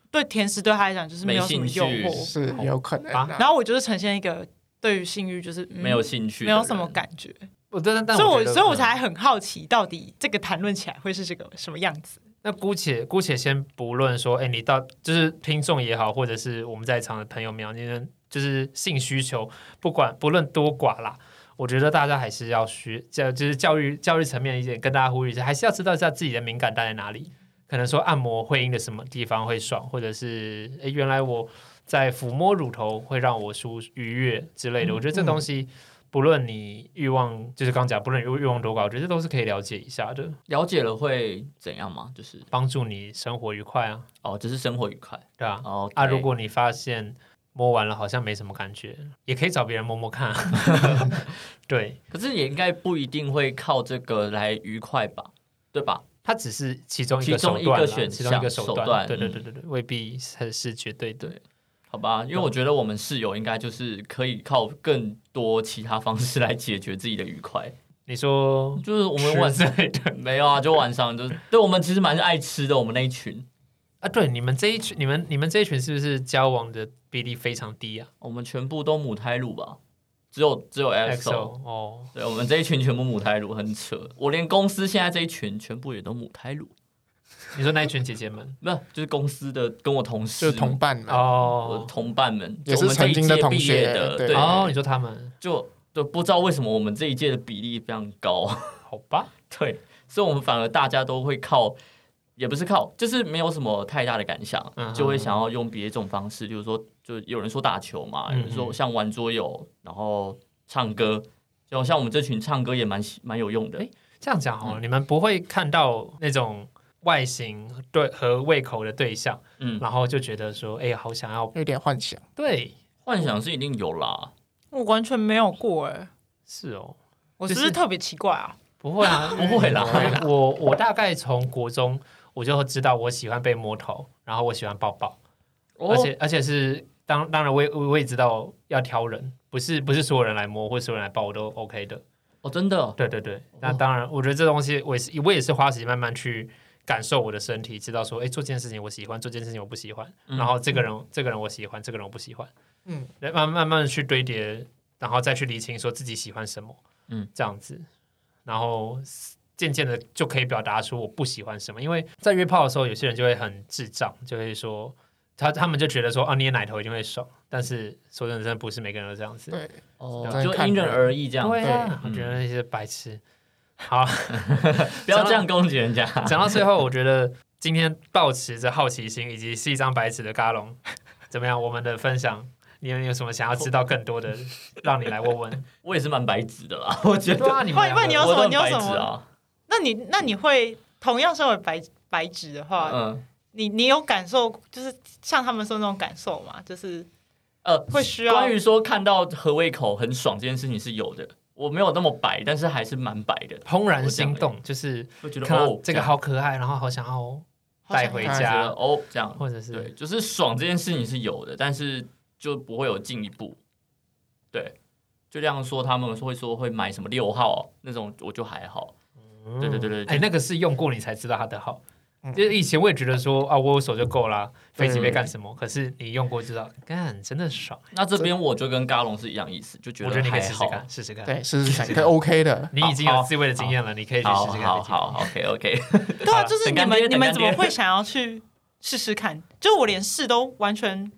[SPEAKER 2] 对甜食对他来讲就是没有什么
[SPEAKER 3] 哦没
[SPEAKER 2] 诱
[SPEAKER 3] 兴趣
[SPEAKER 2] 惑，
[SPEAKER 4] 是有可能
[SPEAKER 1] 啊
[SPEAKER 4] 啊。
[SPEAKER 2] 然后我就是呈现一个对于性欲就是、嗯
[SPEAKER 3] 没有兴趣，
[SPEAKER 2] 没有什么，感觉，
[SPEAKER 1] 我真的，但
[SPEAKER 2] 所以
[SPEAKER 1] 我
[SPEAKER 2] 我
[SPEAKER 1] 觉得
[SPEAKER 2] 所以我才很好奇到底这个谈论起来会是这个什么样子。
[SPEAKER 1] 那姑且姑且先不论说，哎、你到就是听众也好，或者是我们在场的朋友们啊也好，你们就是性需求，不管不论多寡啦，我觉得大家还是要学教，就是教育教育层面的一点，跟大家呼吁一下，还是要知道一下自己的敏感带在哪里。可能说按摩会阴的什么地方会爽，或者是哎、诶原来我在抚摸乳头会让我舒愉悦之类的。我觉得这东西，不论你欲望，就是刚讲，不论你欲望多高，我觉得这都是可以了解一下的，
[SPEAKER 3] 了解了会怎样吗？就是
[SPEAKER 1] 帮助你生活愉快啊，
[SPEAKER 3] 哦，就是生活愉快
[SPEAKER 1] 对啊。
[SPEAKER 3] 哦
[SPEAKER 1] 啊，如果你发现摸完了好像没什么感觉，也可以找别人摸摸 看。对，
[SPEAKER 3] 可是也应该不一定会靠这个来愉快吧，对吧？
[SPEAKER 1] 它只是其中一
[SPEAKER 3] 其
[SPEAKER 1] 个
[SPEAKER 3] 中
[SPEAKER 1] 手
[SPEAKER 3] 一
[SPEAKER 1] 段
[SPEAKER 3] 个
[SPEAKER 1] 啦
[SPEAKER 3] 选
[SPEAKER 1] 其中一个
[SPEAKER 3] 项
[SPEAKER 1] 手
[SPEAKER 3] 手
[SPEAKER 1] 段。
[SPEAKER 3] 段
[SPEAKER 1] 对对
[SPEAKER 3] 嗯
[SPEAKER 1] 对对对，未必是是绝对的。
[SPEAKER 3] 对好吧，因为我觉得我们室友应该就是可以靠更多其他方式来解决自己的 愉快，
[SPEAKER 1] 你说
[SPEAKER 3] 就是我们
[SPEAKER 1] 吃
[SPEAKER 3] 晚
[SPEAKER 1] 之
[SPEAKER 3] 上
[SPEAKER 1] 类的
[SPEAKER 3] 没有啊，就晚上就是，对我们其实蛮爱吃的，我们那一群，
[SPEAKER 1] 啊？对，你们这一群，你们你们这一群是不是交往的比例非常低啊
[SPEAKER 3] 我们全部都母胎乳吧，只有只有 XO，
[SPEAKER 1] ？XO 哦，
[SPEAKER 3] 对我们这一群全部母胎乳，很扯。我连公司现在这一群全部也都母胎乳，
[SPEAKER 1] 你说那一群姐姐 们
[SPEAKER 3] 不是就是公司的跟我同事
[SPEAKER 4] 就是同伴嘛，
[SPEAKER 3] 我的
[SPEAKER 1] 哦
[SPEAKER 3] 同伴们，
[SPEAKER 4] 也
[SPEAKER 3] 就我
[SPEAKER 4] 是
[SPEAKER 3] 们这一
[SPEAKER 4] 曾经的
[SPEAKER 3] 届
[SPEAKER 4] 同
[SPEAKER 3] 毕业
[SPEAKER 4] 学
[SPEAKER 3] 的，
[SPEAKER 4] 对
[SPEAKER 3] 对，
[SPEAKER 1] 哦，你说他们
[SPEAKER 3] 就对，不知道为什么我们这一届的比例非常高，
[SPEAKER 1] 好吧，
[SPEAKER 3] 对，所以我们反而大家都会靠，也不是靠，就是没有什么太大的感想，
[SPEAKER 1] 嗯哼
[SPEAKER 3] 就会想要用别种方式，就是说，就有人说打球嘛，有人
[SPEAKER 1] 嗯哼
[SPEAKER 3] 说像玩桌游，然后唱歌，就像我们这群唱歌也蛮喜蛮有用的，
[SPEAKER 1] 这样讲哦，
[SPEAKER 3] 嗯
[SPEAKER 1] 你们不会看到那种外形对和胃口的对象，
[SPEAKER 3] 嗯，
[SPEAKER 1] 然后就觉得说，哎、好想要
[SPEAKER 4] 有点幻想。
[SPEAKER 1] 对，
[SPEAKER 3] 幻想是一定有啦，
[SPEAKER 2] 我完全没有过哎、
[SPEAKER 1] 是哦，
[SPEAKER 2] 我是不
[SPEAKER 1] 就是是
[SPEAKER 2] 特别奇怪啊？
[SPEAKER 1] 不会啊，
[SPEAKER 3] 不会啦
[SPEAKER 1] 我我我大概从国中我就知道我喜欢被摸头，然后我喜欢抱抱，哦
[SPEAKER 3] 哦
[SPEAKER 1] 而且而且是当当然我也我也知道要挑人，不是不是所有人来摸或所有人来抱我都 OK 的。
[SPEAKER 3] 哦，真的，
[SPEAKER 1] 对对对，那当然，我觉得这东西我也是我也是花时间慢慢去感受我的身体，知道说，哎，做这件事情我喜欢，做这件事情我不喜欢，
[SPEAKER 3] 嗯
[SPEAKER 1] 然后这个人这个人我喜欢，这个人我不喜欢，
[SPEAKER 4] 嗯，
[SPEAKER 1] 来慢慢慢地去堆叠，然后再去理清说自己喜欢什么，
[SPEAKER 3] 嗯，
[SPEAKER 1] 这样子，然后渐渐的就可以表达出我不喜欢什么，因为在约炮的时候，有些人就会很智障，就会说。他他们就觉得说，哦、捏奶头一定会爽，但是说真的，真的不是每个人都这样子。
[SPEAKER 4] 对，
[SPEAKER 3] 哦，
[SPEAKER 4] 真
[SPEAKER 3] 就
[SPEAKER 4] 看
[SPEAKER 3] 因人
[SPEAKER 4] 人
[SPEAKER 3] 而异这样，
[SPEAKER 1] 对啊，
[SPEAKER 3] 对
[SPEAKER 1] 我觉得那些白痴。好，啊
[SPEAKER 3] 不要这样攻击人家，
[SPEAKER 1] 讲到最后，我觉得今天抱持着好奇心以及是一张白纸的嘎龙， 怎么样？我们的分享，你们有什么想要知道更 多的，让你来问问。
[SPEAKER 3] 我也是蛮白纸的啦，我觉得
[SPEAKER 1] 对啊，你们
[SPEAKER 2] 不然不然你要
[SPEAKER 1] 两
[SPEAKER 2] 什
[SPEAKER 1] 个
[SPEAKER 3] 我都
[SPEAKER 2] 么
[SPEAKER 3] 很
[SPEAKER 2] 你有
[SPEAKER 3] 白
[SPEAKER 2] 什么
[SPEAKER 3] 纸啊，
[SPEAKER 2] 那你那你会同样身为白白纸的话，
[SPEAKER 3] 嗯。
[SPEAKER 2] 你你有感受，就是像他们说那种感受吗？就是
[SPEAKER 3] 呃，
[SPEAKER 2] 会需
[SPEAKER 1] 啊
[SPEAKER 2] 要
[SPEAKER 3] 关于说看到合胃口很爽这件事情是有的，我没有那么白，但是还是蛮白的，
[SPEAKER 1] 怦然心动，就是
[SPEAKER 3] 会觉得
[SPEAKER 1] 看到
[SPEAKER 3] 哦
[SPEAKER 1] 这个好可爱，然后好想要带回
[SPEAKER 4] 好
[SPEAKER 3] 这样，觉得
[SPEAKER 1] 家，
[SPEAKER 3] 哦这样，
[SPEAKER 1] 或者是
[SPEAKER 3] 对，就是爽这件事情是有的，但是就不会有进一步，对。就这样说，他们会说会买什么六号那种，我就还好。对对对对，
[SPEAKER 1] 哎，那个是用过你才知道它的好。
[SPEAKER 4] 嗯
[SPEAKER 1] 就是以前我也觉得说啊，我有手就够啦，飞机杯
[SPEAKER 4] 嗯
[SPEAKER 1] 干什么？可是你用过知道，干真的爽。
[SPEAKER 3] 那这边我就跟嘎龙是一样意思，就觉
[SPEAKER 1] 我觉得你可以
[SPEAKER 3] 还
[SPEAKER 1] 试试
[SPEAKER 3] 好。
[SPEAKER 1] 看，试试看。
[SPEAKER 4] 对，试试看，可以 OK 的。
[SPEAKER 1] 你已经有自慰的经验了，你可以去
[SPEAKER 3] 好
[SPEAKER 1] 试试看。
[SPEAKER 3] 好好，OK OK，
[SPEAKER 2] 对啊，就是
[SPEAKER 3] 等
[SPEAKER 2] 你
[SPEAKER 3] 干爹
[SPEAKER 2] 们你
[SPEAKER 3] 等
[SPEAKER 2] 们
[SPEAKER 3] 干
[SPEAKER 2] 怎么
[SPEAKER 3] 爹
[SPEAKER 2] 会想要去试试看？就我连试都完全，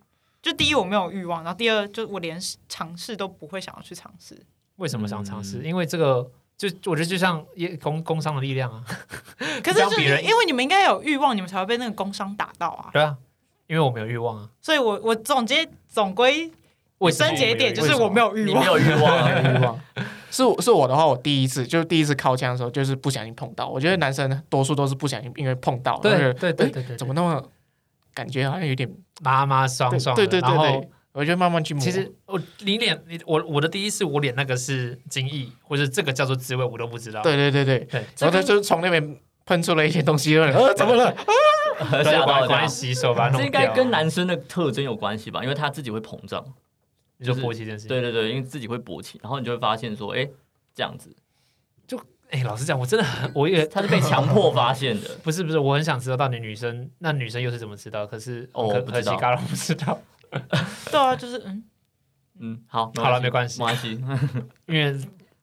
[SPEAKER 2] 就第一我没有欲望，然后第二就我连尝试都不会想要去尝试。
[SPEAKER 1] 为什么想尝试？
[SPEAKER 3] 嗯
[SPEAKER 1] 因为这个，就我觉得就像也工工商的力量啊，
[SPEAKER 2] 可是
[SPEAKER 1] 这样
[SPEAKER 2] 就
[SPEAKER 1] 比
[SPEAKER 2] 是
[SPEAKER 1] 人
[SPEAKER 2] 因为你们应该有欲望，你们才会被那个工伤打到啊。
[SPEAKER 1] 对啊，因为我没有欲望啊。
[SPEAKER 2] 所以我我总结总归
[SPEAKER 1] 为什么
[SPEAKER 2] 升结点就是
[SPEAKER 1] 为什么
[SPEAKER 2] 我没有欲
[SPEAKER 3] 你
[SPEAKER 2] 望
[SPEAKER 3] 没。有欲望 啊，
[SPEAKER 4] 没有欲望。是我是我的话，我第一次就第一次靠枪的时候，就是不小心碰到。我觉得男生多数都是不小心，因为碰到，
[SPEAKER 1] 对
[SPEAKER 4] 然后就
[SPEAKER 1] 对对
[SPEAKER 4] 诶
[SPEAKER 1] 对对对
[SPEAKER 4] 怎么那么感觉好像有点
[SPEAKER 1] 妈妈爽爽的
[SPEAKER 4] 对对对
[SPEAKER 1] 然
[SPEAKER 4] 对
[SPEAKER 1] 后，
[SPEAKER 4] 我就慢慢去摸。
[SPEAKER 1] 其实我你脸你我我的第一次我脸那个是精益，或者这个叫做滋味，我都不知道。
[SPEAKER 4] 对对对对，
[SPEAKER 1] 对，
[SPEAKER 4] 然后他就从那边喷出了一些东西，然后呃，怎么了？
[SPEAKER 1] 所以
[SPEAKER 3] 吓
[SPEAKER 1] 赶
[SPEAKER 3] 到
[SPEAKER 1] 快赶
[SPEAKER 3] 这
[SPEAKER 1] 快
[SPEAKER 3] 样。
[SPEAKER 1] 洗手把它
[SPEAKER 3] 这
[SPEAKER 1] 弄
[SPEAKER 3] 应
[SPEAKER 1] 掉。啊
[SPEAKER 3] 该跟男生的特征有关系吧，因为他自己会膨胀。
[SPEAKER 1] 你就
[SPEAKER 3] 就是
[SPEAKER 1] 勃起这件事。
[SPEAKER 3] 对对对，因为自己会勃起，然后你就会发现说，哎、这样子，
[SPEAKER 1] 哎，老实讲，我真的很我也。
[SPEAKER 3] 他是被强迫发现 的
[SPEAKER 1] 不是不是，我很想知道到底女生那女生又是怎么知道？可是
[SPEAKER 3] 哦
[SPEAKER 1] 可
[SPEAKER 3] 我不
[SPEAKER 1] 可惜
[SPEAKER 3] 知道
[SPEAKER 1] 嘎龙不知道，
[SPEAKER 2] 对啊，就是嗯，
[SPEAKER 3] 嗯，好，
[SPEAKER 1] 好了没关系
[SPEAKER 3] 没关系。
[SPEAKER 1] 因为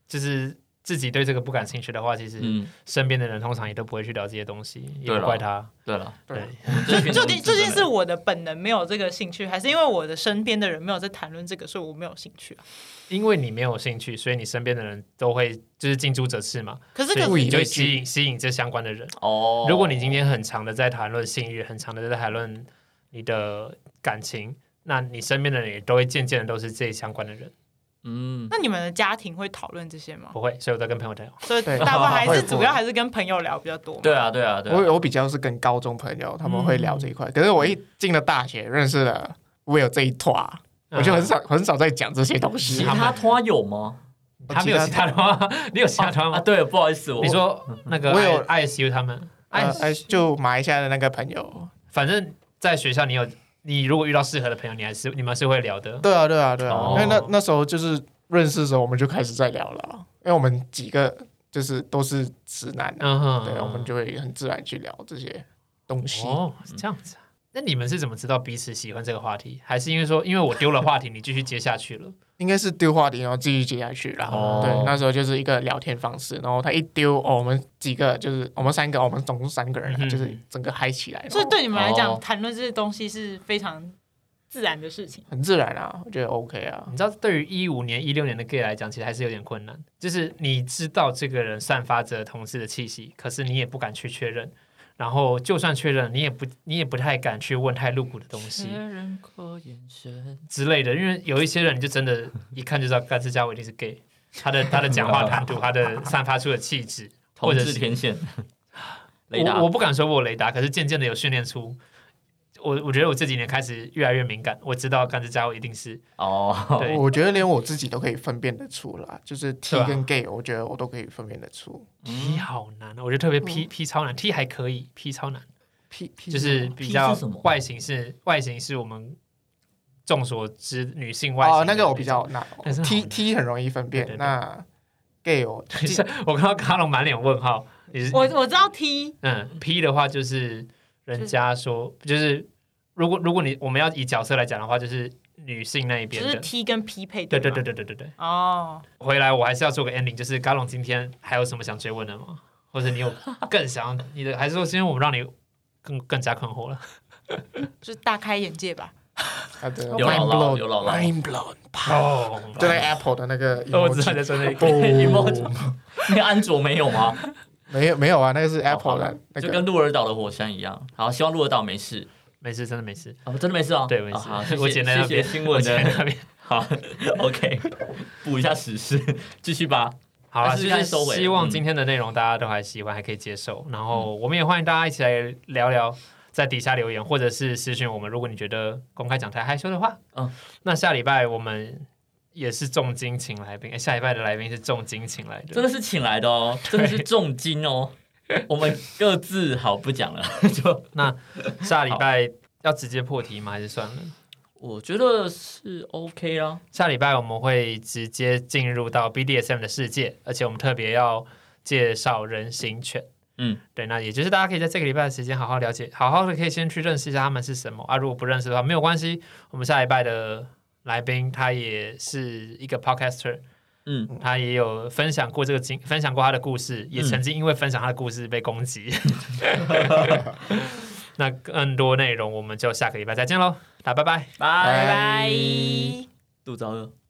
[SPEAKER 1] 就是自己对这个不感兴趣的话，其实
[SPEAKER 3] 嗯，
[SPEAKER 1] 身边的人通常也都不会去聊这些东西，也
[SPEAKER 3] 对
[SPEAKER 1] 不
[SPEAKER 3] 啦
[SPEAKER 1] 怪他。
[SPEAKER 3] 对了，
[SPEAKER 1] 对，
[SPEAKER 3] 我们这群
[SPEAKER 2] 究
[SPEAKER 3] 同
[SPEAKER 2] 竟
[SPEAKER 3] 志
[SPEAKER 2] 究竟
[SPEAKER 3] 真的
[SPEAKER 2] 是我的本能没有这个兴趣，还是因为我的身边的人没有在谈论这个，所以我没有兴趣啊？
[SPEAKER 1] 因为你没有兴趣，所以你身边的人都会就是近朱者赤嘛，
[SPEAKER 2] 可是
[SPEAKER 1] 所以
[SPEAKER 2] 可
[SPEAKER 4] 物
[SPEAKER 2] 是
[SPEAKER 4] 以
[SPEAKER 1] 你就会
[SPEAKER 4] 类
[SPEAKER 1] 吸
[SPEAKER 4] 聚
[SPEAKER 1] 引吸引这相关的人。
[SPEAKER 3] 哦，
[SPEAKER 1] 如果你今天很长的在谈论性欲，很长的在谈论你的感情，那你身边的人也都会渐渐的都是这相关的人，
[SPEAKER 3] 嗯，
[SPEAKER 2] 那你们的家庭会讨论这些吗？
[SPEAKER 1] 不会。所以我在跟朋友聊，
[SPEAKER 2] 所以
[SPEAKER 4] 对
[SPEAKER 2] 大部分还
[SPEAKER 4] 会
[SPEAKER 2] 是
[SPEAKER 4] 会
[SPEAKER 2] 主要还是跟朋友聊比较多嘛。
[SPEAKER 3] 对啊，对啊，对啊，
[SPEAKER 4] 我我比较是跟高中朋友他们会聊这一
[SPEAKER 1] 嗯
[SPEAKER 4] 块，可是我一进了大学，认识了我有这一团，我就很少很少在讲这些东
[SPEAKER 3] 其
[SPEAKER 4] 西。
[SPEAKER 3] 他拖有吗？
[SPEAKER 1] 嗯他没有其他的吗？ 你 有其他团
[SPEAKER 3] 啊，
[SPEAKER 1] 吗？
[SPEAKER 3] 对，不好意思，我
[SPEAKER 1] 你说那个
[SPEAKER 4] 我有
[SPEAKER 1] ISU 他们
[SPEAKER 4] 呃
[SPEAKER 1] ISU，
[SPEAKER 4] 呃，就马来西亚的那个朋友，
[SPEAKER 1] 反正在学校你有你如果遇到适合的朋友，你还是你们是会聊的。
[SPEAKER 4] 对啊对啊对
[SPEAKER 3] 哦
[SPEAKER 4] 啊，因为那那时候就是认识的时候，我们就开始在聊了啊，因为我们几个就是都是直男啊，
[SPEAKER 1] 嗯哼，
[SPEAKER 4] 对，我们就嗯会很自然去聊这些东西。
[SPEAKER 1] 哦，是这样子啊。那你们是怎么知道彼此喜欢这个话题？还是因为说，因为我丢了话题，你继续接下去了？
[SPEAKER 4] 应该是丢话题，然后继续接下去啦。
[SPEAKER 3] 哦
[SPEAKER 4] 对，那时候就是一个聊天方式，然后他一丢，哦，我们几个就是我们三个，我们总共三个人啊，
[SPEAKER 1] 嗯哼
[SPEAKER 4] 就是整个嗨起来。
[SPEAKER 2] 所以对你们来讲，
[SPEAKER 3] 哦
[SPEAKER 2] 谈论这些东西是非常自然的事情。
[SPEAKER 4] 很自然啊，我觉得 OK 啊。
[SPEAKER 1] 你知道，对于一五年、一六年的 gay 来讲，其实还是有点困难。就是你知道这个人散发着同志的气息，可是你也不敢去确认。然后就算确认，你也不你也不太敢去问太露骨的东西
[SPEAKER 3] 人过眼神，
[SPEAKER 1] 之类的，因为有一些人你就真的，一看就知道，干这家伙一定是 gay。他的他的讲 话谈吐，他的散发出的气质，或
[SPEAKER 3] 同
[SPEAKER 1] 者
[SPEAKER 3] 志
[SPEAKER 1] 是
[SPEAKER 3] 天线，雷达
[SPEAKER 1] 我我不敢说我有雷达，可是渐渐的有训练出。我我觉得我这几年开始越来越敏感，我知道干这家伙一定是
[SPEAKER 3] 哦，
[SPEAKER 1] 对
[SPEAKER 4] 我觉得连我自己都可以分辨得出啦，就是 T
[SPEAKER 1] 对啊
[SPEAKER 4] 跟 gay，我觉得我都可以分辨得出。
[SPEAKER 3] 嗯
[SPEAKER 1] P 好难，啊我觉得特别 P P 超难，T 还可以，P 超难。
[SPEAKER 4] P P
[SPEAKER 1] 就是比较
[SPEAKER 3] P 是什
[SPEAKER 4] 啊
[SPEAKER 3] 么
[SPEAKER 1] 外形是外形是我们众所知女性外形的
[SPEAKER 4] 哦，那个我
[SPEAKER 1] 种
[SPEAKER 4] 比较难
[SPEAKER 1] 但是好
[SPEAKER 4] ，T
[SPEAKER 1] 难
[SPEAKER 4] T 很容易分
[SPEAKER 1] 对对对
[SPEAKER 4] 辨，那 gay 哦我
[SPEAKER 1] 等一下，我看到卡龙满脸问号，你是
[SPEAKER 2] 我我知道 T
[SPEAKER 1] 嗯 P 的话就是人家说就是如果如果你我们要以角色来讲的话，就是女性那一
[SPEAKER 2] 就
[SPEAKER 1] 边
[SPEAKER 2] 是
[SPEAKER 1] 的。
[SPEAKER 2] T 跟 P 配
[SPEAKER 1] 对对
[SPEAKER 2] 对吗
[SPEAKER 1] 对对对对对，
[SPEAKER 2] 哦，
[SPEAKER 1] 回来我还是要做个 ending，就是卡龙今天还有什么想追问的吗？或者你有更想你的，还是说今天我们让你更更加困惑了？
[SPEAKER 2] 就是大开眼界吧。
[SPEAKER 4] 他的
[SPEAKER 3] 有姥
[SPEAKER 4] 呃 mind
[SPEAKER 3] 姥
[SPEAKER 4] blown，
[SPEAKER 3] 有姥姥
[SPEAKER 4] mind blown，
[SPEAKER 1] 哦，
[SPEAKER 4] 就那个 Apple 的那个
[SPEAKER 1] 我知道
[SPEAKER 4] emoji
[SPEAKER 1] 你在说那个。
[SPEAKER 4] 不
[SPEAKER 3] emoji 那个安卓没有吗？
[SPEAKER 4] 没有没有啊，那个是
[SPEAKER 1] 哦
[SPEAKER 3] 好
[SPEAKER 4] Apple
[SPEAKER 3] 吧
[SPEAKER 4] 的那
[SPEAKER 3] 就
[SPEAKER 4] 个
[SPEAKER 3] 跟鹿儿岛的火山一样。好，希望鹿儿岛没事。
[SPEAKER 1] 没事，真的没事。
[SPEAKER 3] 啊，真的没事啊。
[SPEAKER 1] 对没事
[SPEAKER 3] 啊好，谢 谢
[SPEAKER 1] 我剪在那
[SPEAKER 3] 谢谢
[SPEAKER 1] 边
[SPEAKER 3] 新
[SPEAKER 1] 我
[SPEAKER 3] 闻
[SPEAKER 1] 在
[SPEAKER 3] 的。
[SPEAKER 1] 那边。
[SPEAKER 3] 好 ，OK，补一下时事，继续吧。
[SPEAKER 1] 好了，
[SPEAKER 3] 还是
[SPEAKER 1] 就
[SPEAKER 3] 该
[SPEAKER 1] 是
[SPEAKER 3] 收尾了嗯
[SPEAKER 1] 希望今天的内容大家都还喜欢，还可以接受。然后我们也欢迎大家一起来聊聊，在底下留言或者是私讯我们。如果你觉得公开讲太害羞的话，
[SPEAKER 3] 嗯
[SPEAKER 1] 嗯，那下礼拜我们也是重金请来宾，诶哎下礼拜的来宾是重金请来
[SPEAKER 3] 真
[SPEAKER 1] 的。
[SPEAKER 3] 的是请来的哦，真的是重金 哦。我们各自好不讲了，就
[SPEAKER 1] 那下礼拜要直接破题吗？还是算了？
[SPEAKER 3] 我觉得是 OK 啦。
[SPEAKER 1] 下礼拜我们会直接进入到 BDSM 的世界，而且我们特别要介绍人形犬。
[SPEAKER 3] 嗯，
[SPEAKER 1] 对，那也就是大家可以在这个礼拜的时间好好了解，好好的可以先去认识一下他们是什么啊。如果不认识的话，没有关系，我们下礼拜的来宾他也是一个 podcaster，
[SPEAKER 3] 嗯，
[SPEAKER 1] 他也有分享过这个经，分享过他的故事，也
[SPEAKER 3] 嗯
[SPEAKER 1] 曾经因为分享他的故事被攻击。 那更多内容我们就下个礼拜再见喽，大家拜拜。
[SPEAKER 3] 拜
[SPEAKER 4] 拜
[SPEAKER 2] 拜。
[SPEAKER 3] 肚子好饿。